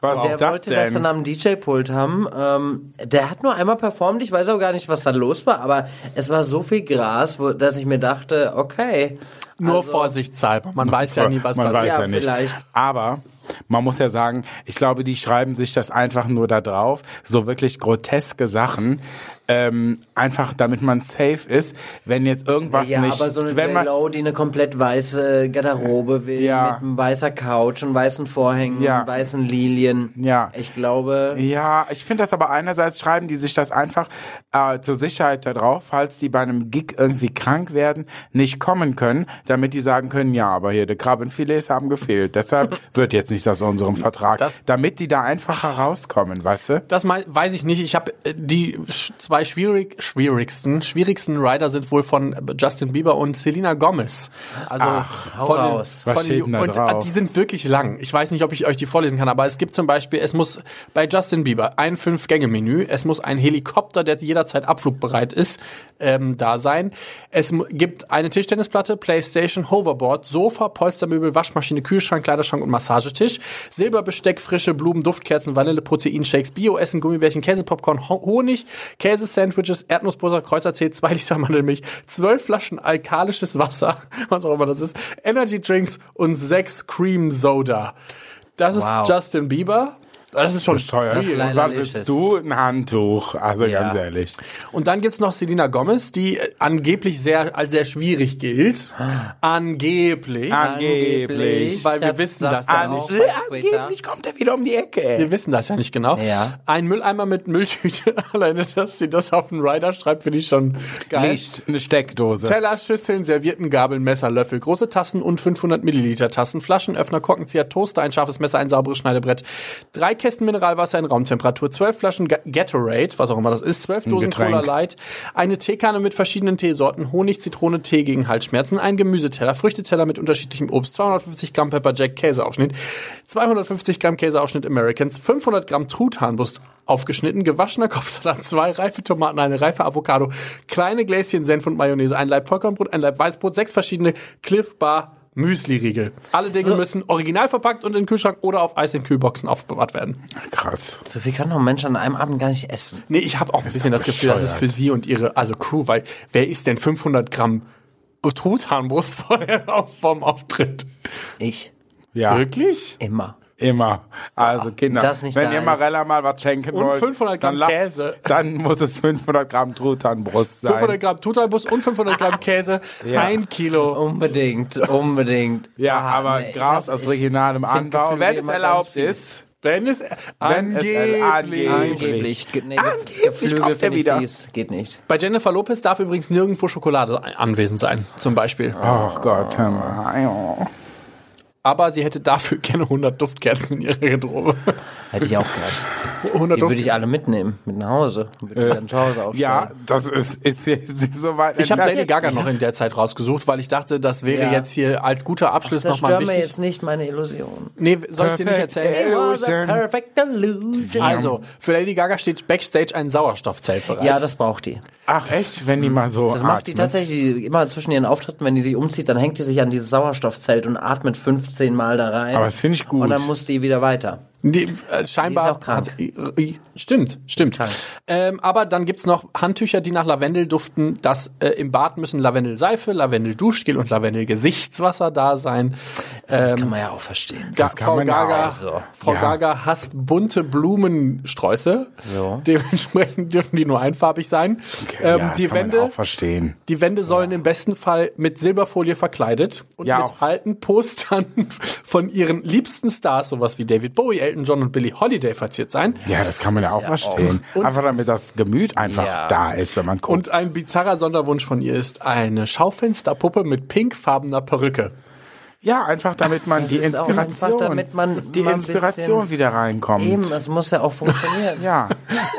Speaker 2: was
Speaker 1: Der
Speaker 2: ist das
Speaker 1: wollte
Speaker 2: denn?
Speaker 1: das dann am DJ-Pult haben. Ähm, der hat nur einmal performt. Ich weiß auch gar nicht, was da los war, aber es war so viel Gras, wo, dass ich mir dachte, okay. also,
Speaker 3: Nur vorsichtshalber. Man weiß ja nie, was
Speaker 2: Man
Speaker 3: passiert.
Speaker 2: weiß
Speaker 1: Ja,
Speaker 2: ja nicht.
Speaker 1: vielleicht.
Speaker 2: Aber Man muss ja sagen, ich glaube, die schreiben sich das einfach nur da drauf. So wirklich groteske Sachen. Ähm, einfach damit man safe ist, wenn jetzt irgendwas
Speaker 1: ja,
Speaker 2: nicht.
Speaker 1: aber so eine
Speaker 2: wenn man,
Speaker 1: J-Lo, die eine komplett weiße Garderobe will,
Speaker 2: Ja.
Speaker 1: mit einem weißer Couch und weißen Vorhängen
Speaker 2: Ja.
Speaker 1: und weißen Lilien.
Speaker 2: Ja.
Speaker 1: Ich glaube,
Speaker 2: Ja, ich finde das aber einerseits schreiben die sich das einfach äh, zur Sicherheit da drauf, falls die bei einem Gig irgendwie krank werden, nicht kommen können, damit die sagen können, ja, aber hier, die Krabbenfilets haben gefehlt. Deshalb wird jetzt nicht aus unserem Vertrag.
Speaker 3: Das-
Speaker 2: damit die da einfacher rauskommen, weißt du?
Speaker 3: Das mei- weiß ich nicht. Ich habe die sch- zwei schwierig, schwierigsten, schwierigsten Rider sind wohl von äh, Justin Bieber und Selena Gomez. Also
Speaker 1: hau
Speaker 3: von den-
Speaker 1: raus.
Speaker 2: Was
Speaker 3: von den,
Speaker 2: steht denn da
Speaker 3: und
Speaker 2: drauf?
Speaker 3: äh, die sind wirklich lang. Ich weiß nicht, ob ich euch die vorlesen kann, aber es gibt zum Beispiel, es muss bei Justin Bieber ein Fünf-Gänge-Menü, es muss ein Helikopter, der jederzeit abflugbereit ist, ähm, da sein. Es mu- gibt eine Tischtennisplatte, Playstation, Hoverboard, Sofa, Polstermöbel, Waschmaschine, Kühlschrank, Kleiderschrank und Massagetisch, Silberbesteck, frische Blumen, Duftkerzen, Vanille, Proteinshakes, Bio-Essen, Gummibärchen, Käsepopcorn, Ho- Honig, Käsesandwiches, Erdnussbutter, Kräutertee, 2 Liter Mandelmilch, 12 Flaschen alkalisches Wasser, was auch immer das ist, Energy Drinks und 6 Cream Soda. Das ist
Speaker 1: Wow.
Speaker 3: Justin Bieber. Das ist schon
Speaker 2: Teuer.
Speaker 1: ist
Speaker 2: Und
Speaker 1: leider
Speaker 2: was
Speaker 1: Lisches.
Speaker 2: willst du? Ein Handtuch. Also
Speaker 1: Ja.
Speaker 2: ganz ehrlich.
Speaker 3: Und dann gibt's noch Selena Gomez, die äh, angeblich sehr, als sehr schwierig gilt. Angeblich.
Speaker 2: Angeblich.
Speaker 3: Weil wir
Speaker 1: Das
Speaker 3: wissen
Speaker 1: sagt
Speaker 3: das ja
Speaker 1: er auch
Speaker 3: nicht.
Speaker 1: bei Twitter.
Speaker 2: Angeblich kommt er wieder um die Ecke. ey.
Speaker 3: Wir wissen das ja nicht genau.
Speaker 1: Ja.
Speaker 3: Ein Mülleimer mit Mülltüte. Alleine, dass sie das auf den Rider schreibt, finde ich schon geil.
Speaker 2: Nicht eine Steckdose.
Speaker 3: Teller, Schüsseln, Servietten, Gabeln, Messer, Löffel, große Tassen und 500 Milliliter Tassen, Flaschenöffner, Korkenzieher, Toaster, ein scharfes Messer, ein sauberes Schneidebrett, drei Kästen Mineralwasser in Raumtemperatur, zwölf Flaschen Ga- Gatorade, was auch immer das ist, zwölf Dosen
Speaker 2: Getränk.
Speaker 3: Cola Light, eine Teekanne mit verschiedenen Teesorten, Honig, Zitrone, Tee gegen Halsschmerzen, ein Gemüseteller, Früchteteller mit unterschiedlichem Obst, 250 Gramm Pepper Jack Käseaufschnitt, 250 Gramm Käseaufschnitt Americans, 500 Gramm Truthahnbrust aufgeschnitten, gewaschener Kopfsalat, zwei reife Tomaten, eine reife Avocado, kleine Gläschen Senf und Mayonnaise, ein Laib Vollkornbrot, ein Laib Weißbrot, sechs verschiedene Cliff Bar Müsli-Riegel. Alle Dinge müssen original verpackt und in den Kühlschrank oder auf Eis in Kühlboxen aufbewahrt werden.
Speaker 2: Krass.
Speaker 1: so viel kann doch ein Mensch an einem Abend gar nicht essen.
Speaker 3: Nee, ich habe auch ein bisschen das Gefühl, dass es für sie und ihre, also Crew, weil wer isst denn 500 Gramm Truthahnbrust vorher auf, vorm Auftritt?
Speaker 1: Ich.
Speaker 2: Ja.
Speaker 3: Wirklich?
Speaker 1: Immer.
Speaker 2: Immer. Also Kinder,
Speaker 1: das nicht
Speaker 2: wenn
Speaker 1: da
Speaker 2: ihr
Speaker 1: ist.
Speaker 2: Marella mal was schenken
Speaker 3: Und
Speaker 2: wollt,
Speaker 3: 500 Gramm
Speaker 2: dann, lasst-
Speaker 3: Käse.
Speaker 2: dann muss es 500 Gramm Truthahnbrust sein.
Speaker 3: 500 Gramm Truthahnbrust und 500 Gramm Käse,
Speaker 2: Ja.
Speaker 3: ein Kilo.
Speaker 1: Unbedingt, unbedingt.
Speaker 2: ja,
Speaker 1: Ah,
Speaker 2: aber
Speaker 1: nee, ich
Speaker 2: Gras
Speaker 1: hab-
Speaker 2: aus
Speaker 1: ich-
Speaker 2: regionalem Anbau,
Speaker 1: Gefühl,
Speaker 2: wenn
Speaker 1: wie
Speaker 2: es
Speaker 1: immer
Speaker 2: erlaubt
Speaker 1: ganz viel.
Speaker 2: ist.
Speaker 3: Wenn es
Speaker 2: Wenn es
Speaker 3: angeblich.
Speaker 2: angeblich-
Speaker 1: Angeblich. ge- Nee,
Speaker 2: Angeblich
Speaker 1: Geflügel
Speaker 2: kommt er
Speaker 1: finde ich
Speaker 2: wieder.
Speaker 1: fies. Geht nicht.
Speaker 3: Bei Jennifer Lopez darf übrigens nirgendwo Schokolade anwesend sein, zum Beispiel.
Speaker 2: Oh Gott, hör mal.
Speaker 3: Aber sie hätte dafür gerne 100 Duftkerzen in ihrer Garderobe.
Speaker 1: Hätte ich auch gern.
Speaker 3: 100
Speaker 1: Die würde
Speaker 3: Duftkerzen.
Speaker 1: ich alle mitnehmen. Mit nach Hause. Würde ich dann zu Hause aufstellen.
Speaker 2: Äh, Ja, das ist, ist, ist so weit
Speaker 3: Ich habe
Speaker 2: entfernt.
Speaker 3: Lady Gaga noch in der Zeit rausgesucht, weil ich dachte, das wäre
Speaker 1: Ja.
Speaker 3: jetzt hier als guter Abschluss nochmal
Speaker 1: Zerstör mir
Speaker 3: wichtig.
Speaker 1: jetzt nicht meine Illusion.
Speaker 3: Nee, soll ich dir nicht
Speaker 2: Perfect
Speaker 3: erzählen?
Speaker 2: It was a Illusion.
Speaker 1: perfect illusion.
Speaker 3: Also, für Lady Gaga steht Backstage ein Sauerstoffzelt
Speaker 2: Also,
Speaker 3: bereit.
Speaker 1: Ja, das braucht die.
Speaker 2: Ach echt, wenn die mal so
Speaker 1: Das macht die
Speaker 2: atmet.
Speaker 1: tatsächlich immer zwischen ihren Auftritten, wenn die sich umzieht, dann hängt die sich an dieses Sauerstoffzelt und atmet 15 Mal da rein.
Speaker 2: Aber das finde ich gut.
Speaker 1: Und dann muss die wieder weiter.
Speaker 3: Die, äh, scheinbar
Speaker 1: Die ist auch krank.
Speaker 3: Hat, äh, stimmt, stimmt.
Speaker 1: krank.
Speaker 3: Ähm, aber dann gibt's noch Handtücher, die nach Lavendel duften. Das äh, im Bad müssen Lavendelseife, Lavendelduschgel und Lavendelgesichtswasser da sein.
Speaker 2: Ähm,
Speaker 1: Das kann man ja auch verstehen.
Speaker 3: Ga
Speaker 2: kann
Speaker 3: Frau
Speaker 2: man
Speaker 3: Gaga,
Speaker 2: auch
Speaker 1: so.
Speaker 3: Frau
Speaker 2: Ja.
Speaker 3: Gaga hasst bunte Blumensträuße.
Speaker 1: So.
Speaker 3: Dementsprechend dürfen die nur einfarbig sein.
Speaker 2: ja,
Speaker 3: ähm,
Speaker 2: das
Speaker 3: die
Speaker 2: kann
Speaker 3: Wände.
Speaker 2: man auch verstehen.
Speaker 3: Die Wände sollen im besten Fall mit Silberfolie verkleidet und
Speaker 2: Ja,
Speaker 3: mit
Speaker 2: auch.
Speaker 3: alten Postern von ihren liebsten Stars, sowas wie David Bowie, Elton John und Billie Holiday verziert sein.
Speaker 2: Ja, das, kann man ja auch
Speaker 1: ja
Speaker 2: verstehen. Einfach damit das Gemüt einfach
Speaker 1: Ja. äh,
Speaker 2: da ist, wenn man guckt.
Speaker 3: Und ein bizarrer Sonderwunsch von ihr ist eine Schaufensterpuppe mit pinkfarbener Perücke.
Speaker 2: ja, einfach damit man die
Speaker 1: ist auch
Speaker 2: Inspiration,
Speaker 1: einfach, damit man
Speaker 2: die
Speaker 1: mal ein
Speaker 2: Inspiration
Speaker 1: bisschen-
Speaker 2: wieder reinkommt.
Speaker 1: Eben, es muss ja auch funktionieren.
Speaker 2: Ja.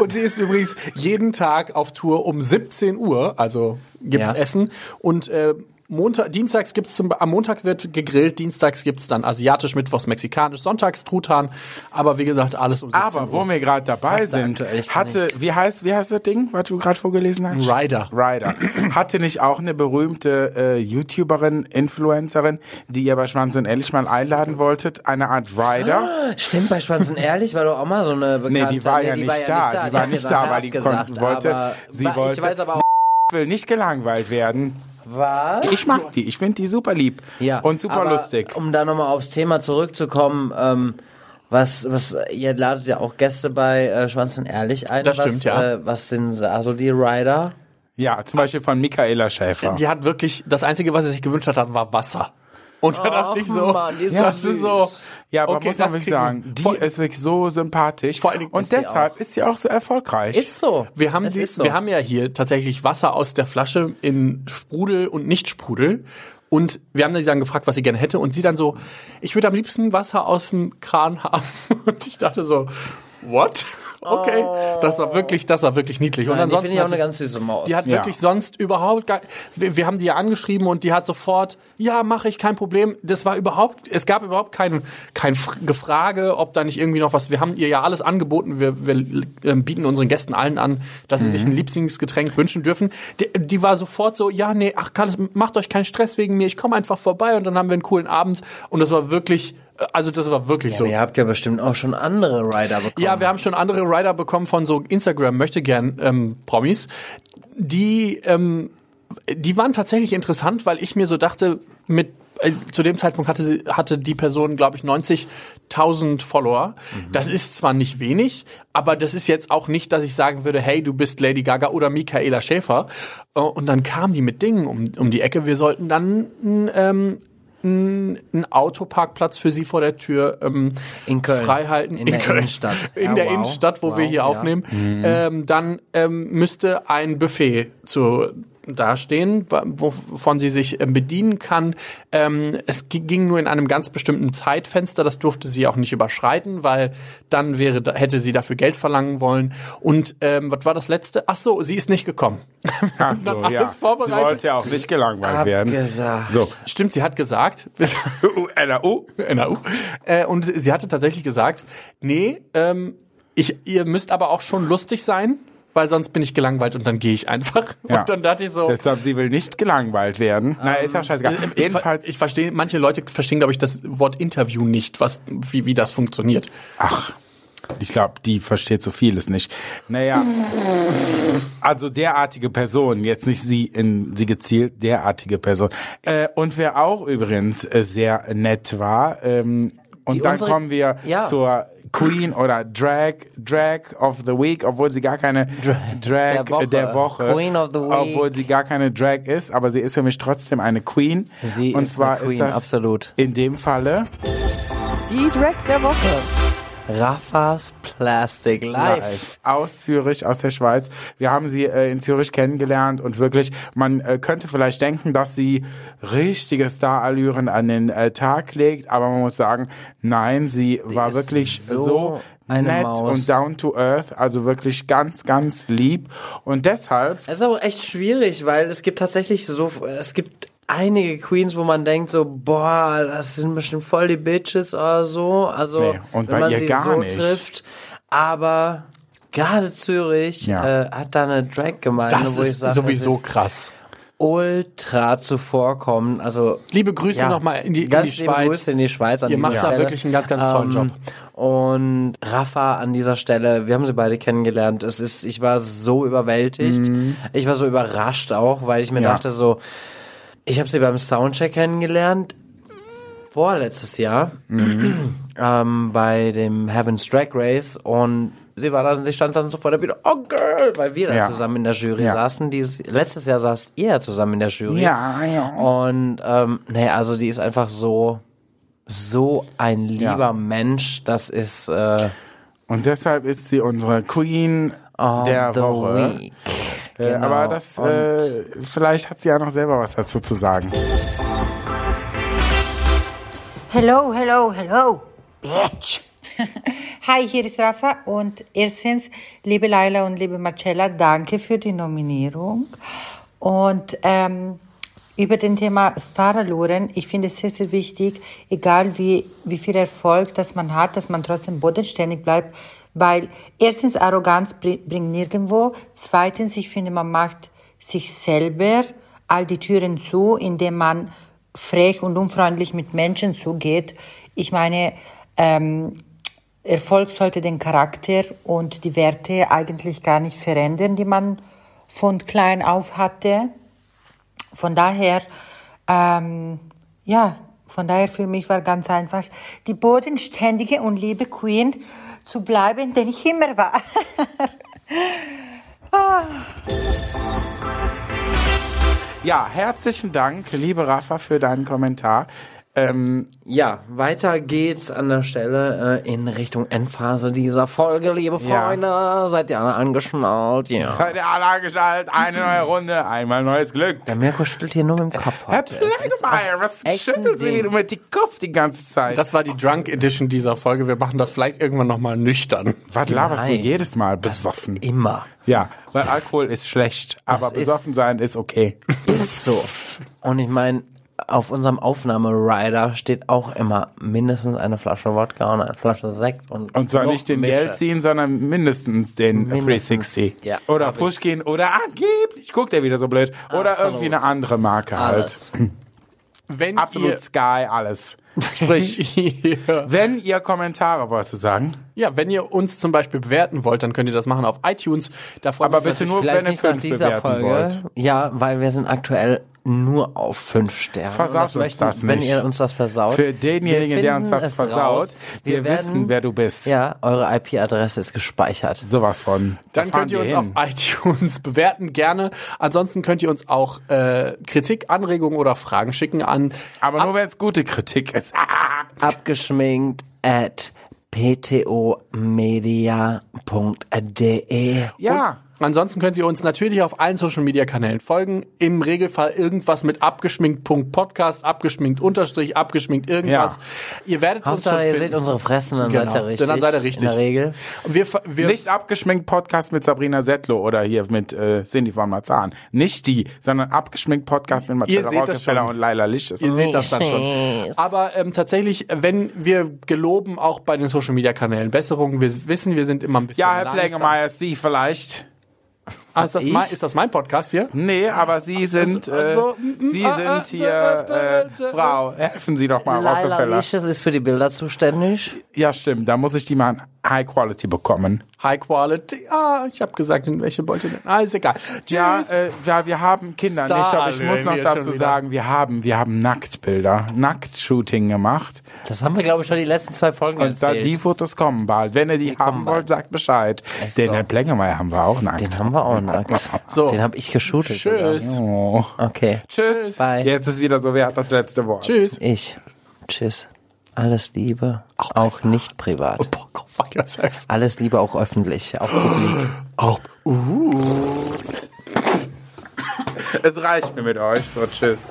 Speaker 3: Und sie ist übrigens jeden Tag auf Tour um 17 Uhr, also gibt's
Speaker 1: Ja.
Speaker 3: Essen. Und äh, Montag, dienstags gibt's zum, am Montag wird gegrillt, dienstags gibt's dann asiatisch, mittwochs mexikanisch, sonntags Truthahn. Aber wie gesagt, alles um 17
Speaker 2: Aber
Speaker 3: Uhr.
Speaker 2: wo wir gerade dabei
Speaker 1: Fast
Speaker 2: sind,
Speaker 1: aktuell, ich kann
Speaker 2: hatte, wie heißt, wie heißt das Ding, was du gerade vorgelesen hast?
Speaker 3: Rider.
Speaker 2: Rider. Hatte nicht auch eine berühmte äh, YouTuberin, Influencerin, die ihr bei Schwanz und Ehrlich mal einladen wolltet, eine Art Rider?
Speaker 1: Stimmt, bei Schwanzen Ehrlich war doch auch mal so eine bekannte.
Speaker 2: Nee, die war ja nicht da. Die war
Speaker 1: hat ja
Speaker 2: nicht
Speaker 1: dann
Speaker 2: da, weil die
Speaker 1: abgesagt,
Speaker 2: konnten- wollte-
Speaker 1: aber-
Speaker 2: sie
Speaker 1: Ba-
Speaker 2: wollte-
Speaker 1: Ich weiß aber auch,
Speaker 2: Will nicht gelangweilt werden.
Speaker 1: Was?
Speaker 2: Ich mag die. Ich finde die super lieb. Und super
Speaker 1: aber
Speaker 2: lustig.
Speaker 1: Um da nochmal aufs Thema zurückzukommen, ähm, was, was, ihr ladet ja auch Gäste bei äh, Schwanz und Ehrlich ein.
Speaker 3: Das
Speaker 1: was,
Speaker 3: stimmt, ja.
Speaker 1: Äh, was sind da so die Rider?
Speaker 2: Ja, zum Beispiel von Michaela Schäfer.
Speaker 3: Die hat wirklich, das Einzige, was sie sich gewünscht hat, war Wasser. Und da dachte ich so,
Speaker 1: Mann, die ist
Speaker 3: ja,
Speaker 1: doch
Speaker 3: das ist
Speaker 1: süß.
Speaker 3: so.
Speaker 2: Ja, aber
Speaker 3: okay,
Speaker 2: muss man
Speaker 3: das
Speaker 2: wirklich
Speaker 3: kriegen-
Speaker 2: sagen, die
Speaker 3: Voll-
Speaker 2: ist wirklich so sympathisch.
Speaker 3: Vor allen Dingen
Speaker 2: und
Speaker 1: ist sie
Speaker 2: deshalb ist sie auch so erfolgreich.
Speaker 1: Ist so.
Speaker 3: Wir haben,
Speaker 1: Es
Speaker 3: die,
Speaker 1: ist so.
Speaker 3: wir haben ja hier tatsächlich Wasser aus der Flasche in Sprudel und Nichtsprudel. Und wir haben dann gefragt, was sie gerne hätte. Und sie dann so, ich würde am liebsten Wasser aus dem Kran haben. Und ich dachte so, what? Okay, das war wirklich, das war wirklich niedlich. und
Speaker 1: Nein, die
Speaker 3: ansonsten
Speaker 1: finde ich auch
Speaker 3: hat
Speaker 1: eine
Speaker 3: sie-
Speaker 1: ganz süße Maus.
Speaker 3: Die hat
Speaker 2: Ja.
Speaker 3: wirklich sonst überhaupt gar. Wir, wir haben die ja angeschrieben und die hat sofort, ja, mache ich, kein Problem. Das war überhaupt, es gab überhaupt kein, kein F- Gefrage, ob da nicht irgendwie noch was. Wir haben ihr ja alles angeboten. Wir, wir ähm, bieten unseren Gästen allen an, dass sie sich
Speaker 1: Mhm.
Speaker 3: ein Lieblingsgetränk wünschen dürfen. Die, die war sofort so, ja, nee, ach, Karl, macht euch keinen Stress wegen mir. Ich komme einfach vorbei und dann haben wir einen coolen Abend. Und das war wirklich, äh, also das war wirklich so.
Speaker 1: Aber ihr habt ja bestimmt auch schon andere Rider bekommen.
Speaker 3: Ja, wir haben schon andere Rider bekommen von so Instagram möchte gern ähm, Promis, die ähm, die waren tatsächlich interessant, weil ich mir so dachte, mit äh, zu dem Zeitpunkt hatte sie hatte die Person glaube ich 90.000 Follower. Das ist zwar nicht wenig, aber das ist jetzt auch nicht, dass ich sagen würde, hey, du bist Lady Gaga oder Michaela Schäfer. Äh, Und dann kamen die mit Dingen um um die Ecke. Wir sollten dann ein, ähm, ein, ein Autoparkplatz für sie vor der Tür ähm,
Speaker 1: In Köln.
Speaker 3: freihalten
Speaker 1: In der Innenstadt.
Speaker 3: in
Speaker 2: Ja,
Speaker 3: der
Speaker 2: wow.
Speaker 3: Innenstadt, wo wir
Speaker 1: Wow,
Speaker 3: hier
Speaker 1: ja. Mhm.
Speaker 3: aufnehmen, ähm, dann ähm, müsste ein Buffet zu dastehen, wa- wovon sie sich ähm, bedienen kann. Ähm, es gi- ging nur in einem ganz bestimmten Zeitfenster, das durfte sie auch nicht überschreiten, weil dann wäre, da- hätte sie dafür Geld verlangen wollen. Und ähm, was war das letzte? Ach so, sie ist nicht gekommen.
Speaker 2: Ach so,
Speaker 3: alles
Speaker 2: ja. Sie
Speaker 3: vorbereitet.
Speaker 2: wollte ja auch nicht gelangweilt werden.
Speaker 1: gesagt.
Speaker 2: So.
Speaker 3: Stimmt, sie hat gesagt,
Speaker 2: Uh, Ella, uh.
Speaker 3: NAU. Äh, und sie hatte tatsächlich gesagt, nee, ähm, ich, ihr müsst aber auch schon lustig sein, weil sonst bin ich gelangweilt und dann gehe ich einfach.
Speaker 2: Ja.
Speaker 3: Und dann dachte ich so, Äh,
Speaker 2: Deshalb, sie will nicht gelangweilt werden. Na, ist ja scheißegal.
Speaker 3: ich, ver-
Speaker 2: Jedenfalls,
Speaker 3: ich verstehe, manche Leute verstehen, glaube ich, das Wort Interview nicht, was, wie, wie das funktioniert.
Speaker 2: ich glaube, die versteht so vieles nicht. Naja, also derartige Person, jetzt nicht sie in sie gezielt, derartige Person. Äh, und wer auch übrigens äh, sehr nett war, ähm, und
Speaker 1: Die
Speaker 2: dann
Speaker 1: unsere-
Speaker 2: kommen wir
Speaker 1: ja.
Speaker 2: zur Queen oder Drag, Drag of the Week, obwohl sie gar keine Drag
Speaker 1: der Woche.
Speaker 2: der Woche,
Speaker 1: Queen of the Week.
Speaker 2: obwohl sie gar keine Drag ist, aber sie ist für mich trotzdem eine Queen.
Speaker 1: Sie
Speaker 2: und
Speaker 1: ist
Speaker 2: zwar
Speaker 1: eine Queen,
Speaker 2: ist das
Speaker 1: absolut.
Speaker 2: In dem Falle
Speaker 4: Die Drag der Woche.
Speaker 1: Raffas Plastic Life.
Speaker 2: live aus Zürich, aus der Schweiz. Wir haben sie äh, in Zürich kennengelernt und wirklich, man äh, könnte vielleicht denken, dass sie richtige Starallüren an den äh, Tag legt, aber man muss sagen, nein, sie war
Speaker 1: ist
Speaker 2: wirklich
Speaker 1: so
Speaker 2: so,
Speaker 1: eine
Speaker 2: nett
Speaker 1: Maus.
Speaker 2: und down to earth, also wirklich ganz, ganz lieb und deshalb
Speaker 1: Es ist aber echt schwierig, weil es gibt tatsächlich so, es gibt einige Queens, wo man denkt so, boah, das sind bestimmt voll die Bitches oder so. Also,
Speaker 2: Nee, und
Speaker 1: wenn
Speaker 2: bei
Speaker 1: man
Speaker 2: ihr
Speaker 1: sie
Speaker 2: gar
Speaker 1: so
Speaker 2: nicht.
Speaker 1: trifft. Aber gerade Zürich
Speaker 2: Ja.
Speaker 1: äh, hat da eine Drag-Gemeinde,
Speaker 3: Das
Speaker 1: wo ich
Speaker 3: ist
Speaker 1: sage,
Speaker 3: sowieso
Speaker 1: es ist
Speaker 3: krass.
Speaker 1: ultra zuvorkommen. Also,
Speaker 3: Liebe Grüße
Speaker 1: Ja,
Speaker 3: nochmal Äh, in die, in
Speaker 1: ganz
Speaker 3: die
Speaker 1: liebe
Speaker 3: Schweiz.
Speaker 1: Grüße in die Schweiz. An
Speaker 3: Ihr
Speaker 1: dieser
Speaker 3: macht da
Speaker 1: Stelle. Ähm.
Speaker 3: wirklich einen ganz, ganz tollen Job.
Speaker 1: Und Rafa an dieser Stelle, wir haben sie beide kennengelernt. Es ist, ich war so überwältigt. Ich war so überrascht auch, weil ich mir
Speaker 2: Mhm. Ja.
Speaker 1: dachte so, ich habe sie beim Soundcheck kennengelernt vorletztes Jahr
Speaker 2: Mhm.
Speaker 1: ähm, bei dem Heaven's Drag Race und sie war dann, sie stand dann so vor der Bühne, oh girl, weil wir dann
Speaker 2: Ja.
Speaker 1: zusammen in der Jury
Speaker 2: Ja.
Speaker 1: saßen. Dieses, letztes Jahr saßt ihr ja zusammen in der Jury.
Speaker 2: Ja, ja.
Speaker 1: Und ähm, nee, also die ist einfach so, so ein lieber
Speaker 2: Ja.
Speaker 1: Mensch. Das ist äh,
Speaker 2: und deshalb ist sie unsere Queen der
Speaker 1: the
Speaker 2: Woche.
Speaker 1: week.
Speaker 2: Äh,
Speaker 1: Genau.
Speaker 2: Aber das äh, vielleicht hat sie ja noch selber was dazu zu sagen.
Speaker 6: Hello, hello, hello, bitch. Hi, hier ist Rafa und erstens, liebe Laila und liebe Marcella, danke für die Nominierung. Und ähm, über den Thema Staralluren, ich finde es sehr, sehr wichtig, egal wie, wie viel Erfolg das man hat, dass man trotzdem bodenständig bleibt, weil erstens Arroganz bri- bringt nirgendwo, zweitens, ich finde, man macht sich selber all die Türen zu, indem man frech und unfreundlich mit Menschen zugeht. Ich meine, ähm, Erfolg sollte den Charakter und die Werte eigentlich gar nicht verändern, die man von klein auf hatte. Von daher, ähm, ja, von daher für mich war ganz einfach, die bodenständige und liebe Queen zu bleiben, denn ich immer war.
Speaker 2: Ja, herzlichen Dank, liebe Rafa, für deinen Kommentar. Ähm,
Speaker 1: Ja, weiter geht's an der Stelle äh, in Richtung Endphase dieser Folge, liebe
Speaker 2: Ja.
Speaker 1: Freunde. Seid ihr alle angeschnallt? Ja.
Speaker 2: bei der Anlagestalt, eine neue Runde, einmal neues Glück.
Speaker 1: Der Mirko schüttelt hier nur mit dem Kopf
Speaker 2: Herr
Speaker 1: heute. Es ist
Speaker 2: Pflegemeier, was
Speaker 1: echt ein
Speaker 2: schüttelt sie
Speaker 1: Ding.
Speaker 2: wieder mit den Kopf die ganze Zeit?
Speaker 3: Das war die Drunk Edition dieser Folge. Wir machen das vielleicht irgendwann nochmal nüchtern.
Speaker 2: was laberst du
Speaker 1: Nein.
Speaker 2: jedes Mal besoffen?
Speaker 1: immer.
Speaker 2: Ja, weil Alkohol ist schlecht, aber
Speaker 1: ist-
Speaker 2: besoffen sein ist okay.
Speaker 1: Ist so. Und ich meine, auf unserem Aufnahmerider steht auch immer mindestens eine Flasche Wodka und eine Flasche Sekt. Und,
Speaker 2: Und zwar
Speaker 1: noch
Speaker 2: nicht den
Speaker 1: Mische.
Speaker 2: Geldziehen, sondern mindestens den
Speaker 1: Mindestens,
Speaker 2: 360.
Speaker 1: ja.
Speaker 2: Oder Pushkin oder angeblich, guckt er wieder so blöd. Oder irgendwie eine andere Marke
Speaker 1: Alles.
Speaker 3: Wenn
Speaker 2: halt. Absolut
Speaker 3: ihr-
Speaker 2: Sky, alles. Sprich,
Speaker 3: ja.
Speaker 2: wenn ihr Kommentare wollt zu sagen,
Speaker 3: ja, wenn ihr uns zum Beispiel bewerten wollt, dann könnt ihr das machen auf iTunes. Da freuen
Speaker 2: aber
Speaker 3: wir uns
Speaker 2: bitte nur,
Speaker 1: Vielleicht
Speaker 2: wenn ihr
Speaker 1: nicht nach
Speaker 2: fünf
Speaker 1: dieser
Speaker 2: bewerten
Speaker 1: Folge.
Speaker 2: wollt.
Speaker 1: Ja, weil wir sind aktuell nur auf fünf Sterne. Und
Speaker 2: Versaut uns
Speaker 1: möchten-
Speaker 2: das nicht.
Speaker 1: Wenn ihr uns das versaut.
Speaker 2: Für denjenigen,
Speaker 1: wir
Speaker 2: der uns
Speaker 1: finden
Speaker 2: das
Speaker 1: es
Speaker 2: versaut,
Speaker 1: raus.
Speaker 2: wir,
Speaker 1: werden-
Speaker 2: wissen, wer du bist.
Speaker 1: Ja, eure IP-Adresse ist gespeichert.
Speaker 2: Sowas von. Da
Speaker 3: Dann
Speaker 2: fahren
Speaker 3: könnt ihr
Speaker 2: wir
Speaker 3: uns
Speaker 2: hin.
Speaker 3: auf iTunes bewerten, gerne. Ansonsten könnt ihr uns auch äh, Kritik, Anregungen oder Fragen schicken an
Speaker 2: Aber nur, wenn es gute Kritik ist.
Speaker 1: Abgeschminkt at ptomedia.de.
Speaker 2: Ja.
Speaker 3: Ansonsten könnt ihr uns natürlich auf allen Social Media Kanälen folgen. Im Regelfall irgendwas mit abgeschminkt.podcast, abgeschminkt unterstrich, abgeschminkt irgendwas. Ihr werdet
Speaker 1: Hauptsache, ihr
Speaker 3: uns schon
Speaker 1: seht
Speaker 3: finden.
Speaker 1: unsere Fressen, dann
Speaker 3: Genau,
Speaker 1: seid ihr richtig.
Speaker 3: dann seid ihr
Speaker 1: In
Speaker 3: richtig.
Speaker 1: der Regel.
Speaker 3: Wir, ver- wir,
Speaker 2: Nicht abgeschminkt Podcast mit Sabrina Settlow oder hier mit äh, Cindy von Marzahn. Nicht die, sondern abgeschminkt Podcast mit
Speaker 3: Ihr
Speaker 2: Marcella
Speaker 3: seht das
Speaker 2: Rockefeller
Speaker 3: schon.
Speaker 2: und Laila Lisches.
Speaker 3: ihr seht das dann schon. Aber ähm, tatsächlich, wenn wir geloben, auch bei den Social Media Kanälen Besserungen, wir wissen, wir sind immer ein bisschen
Speaker 2: Ja, Herr
Speaker 3: langsam.
Speaker 2: Plengemeier, Sie vielleicht.
Speaker 3: Ah, ist, das
Speaker 1: Ich?
Speaker 3: mein, ist das mein Podcast hier?
Speaker 2: Nee, aber Sie sind, äh,
Speaker 3: also, mm,
Speaker 2: Sie
Speaker 3: mm, ah, ah,
Speaker 2: sind hier,
Speaker 3: da, da, da,
Speaker 2: äh, Frau, helfen Sie doch mal,
Speaker 1: Laila
Speaker 2: Rockefeller.
Speaker 1: Lisches ist für die Bilder zuständig.
Speaker 2: Ja, stimmt, da muss ich die mal in High Quality bekommen.
Speaker 3: High Quality. Ah, ich habe gesagt, in welche Beute denn? Ah, ist egal.
Speaker 2: Ja,
Speaker 3: Tschüss.
Speaker 2: äh, ja, wir haben Kinder
Speaker 3: Star
Speaker 2: nicht, aber ich muss
Speaker 3: Alert,
Speaker 2: noch
Speaker 3: wir
Speaker 2: dazu
Speaker 3: schon wieder.
Speaker 2: sagen, wir haben, wir haben Nacktbilder, Nacktshooting gemacht.
Speaker 1: Das haben wir, glaube ich, schon die letzten zwei Folgen
Speaker 2: Und da,
Speaker 1: erzählt.
Speaker 2: die Fotos kommen bald. Wenn ihr die, haben
Speaker 1: kommen bald.
Speaker 2: wollt, sagt Bescheid.
Speaker 1: Echt
Speaker 2: Den
Speaker 1: so.
Speaker 2: Herrn Plengemeier haben wir auch nackt.
Speaker 1: Den haben wir auch nackt.
Speaker 3: So.
Speaker 1: Den habe ich geshootet. sogar.
Speaker 3: Tschüss.
Speaker 2: Oh.
Speaker 1: Okay.
Speaker 2: Tschüss.
Speaker 1: Bye.
Speaker 2: Jetzt ist wieder so, wer hat das letzte Wort?
Speaker 3: Tschüss.
Speaker 1: Ich. Tschüss. Alles Liebe. Auch, nicht privat.
Speaker 3: Boah, Gott, fuck yourself.
Speaker 1: Alles Liebe auch öffentlich. Auch publik.
Speaker 2: Es reicht mir mit euch. So, tschüss.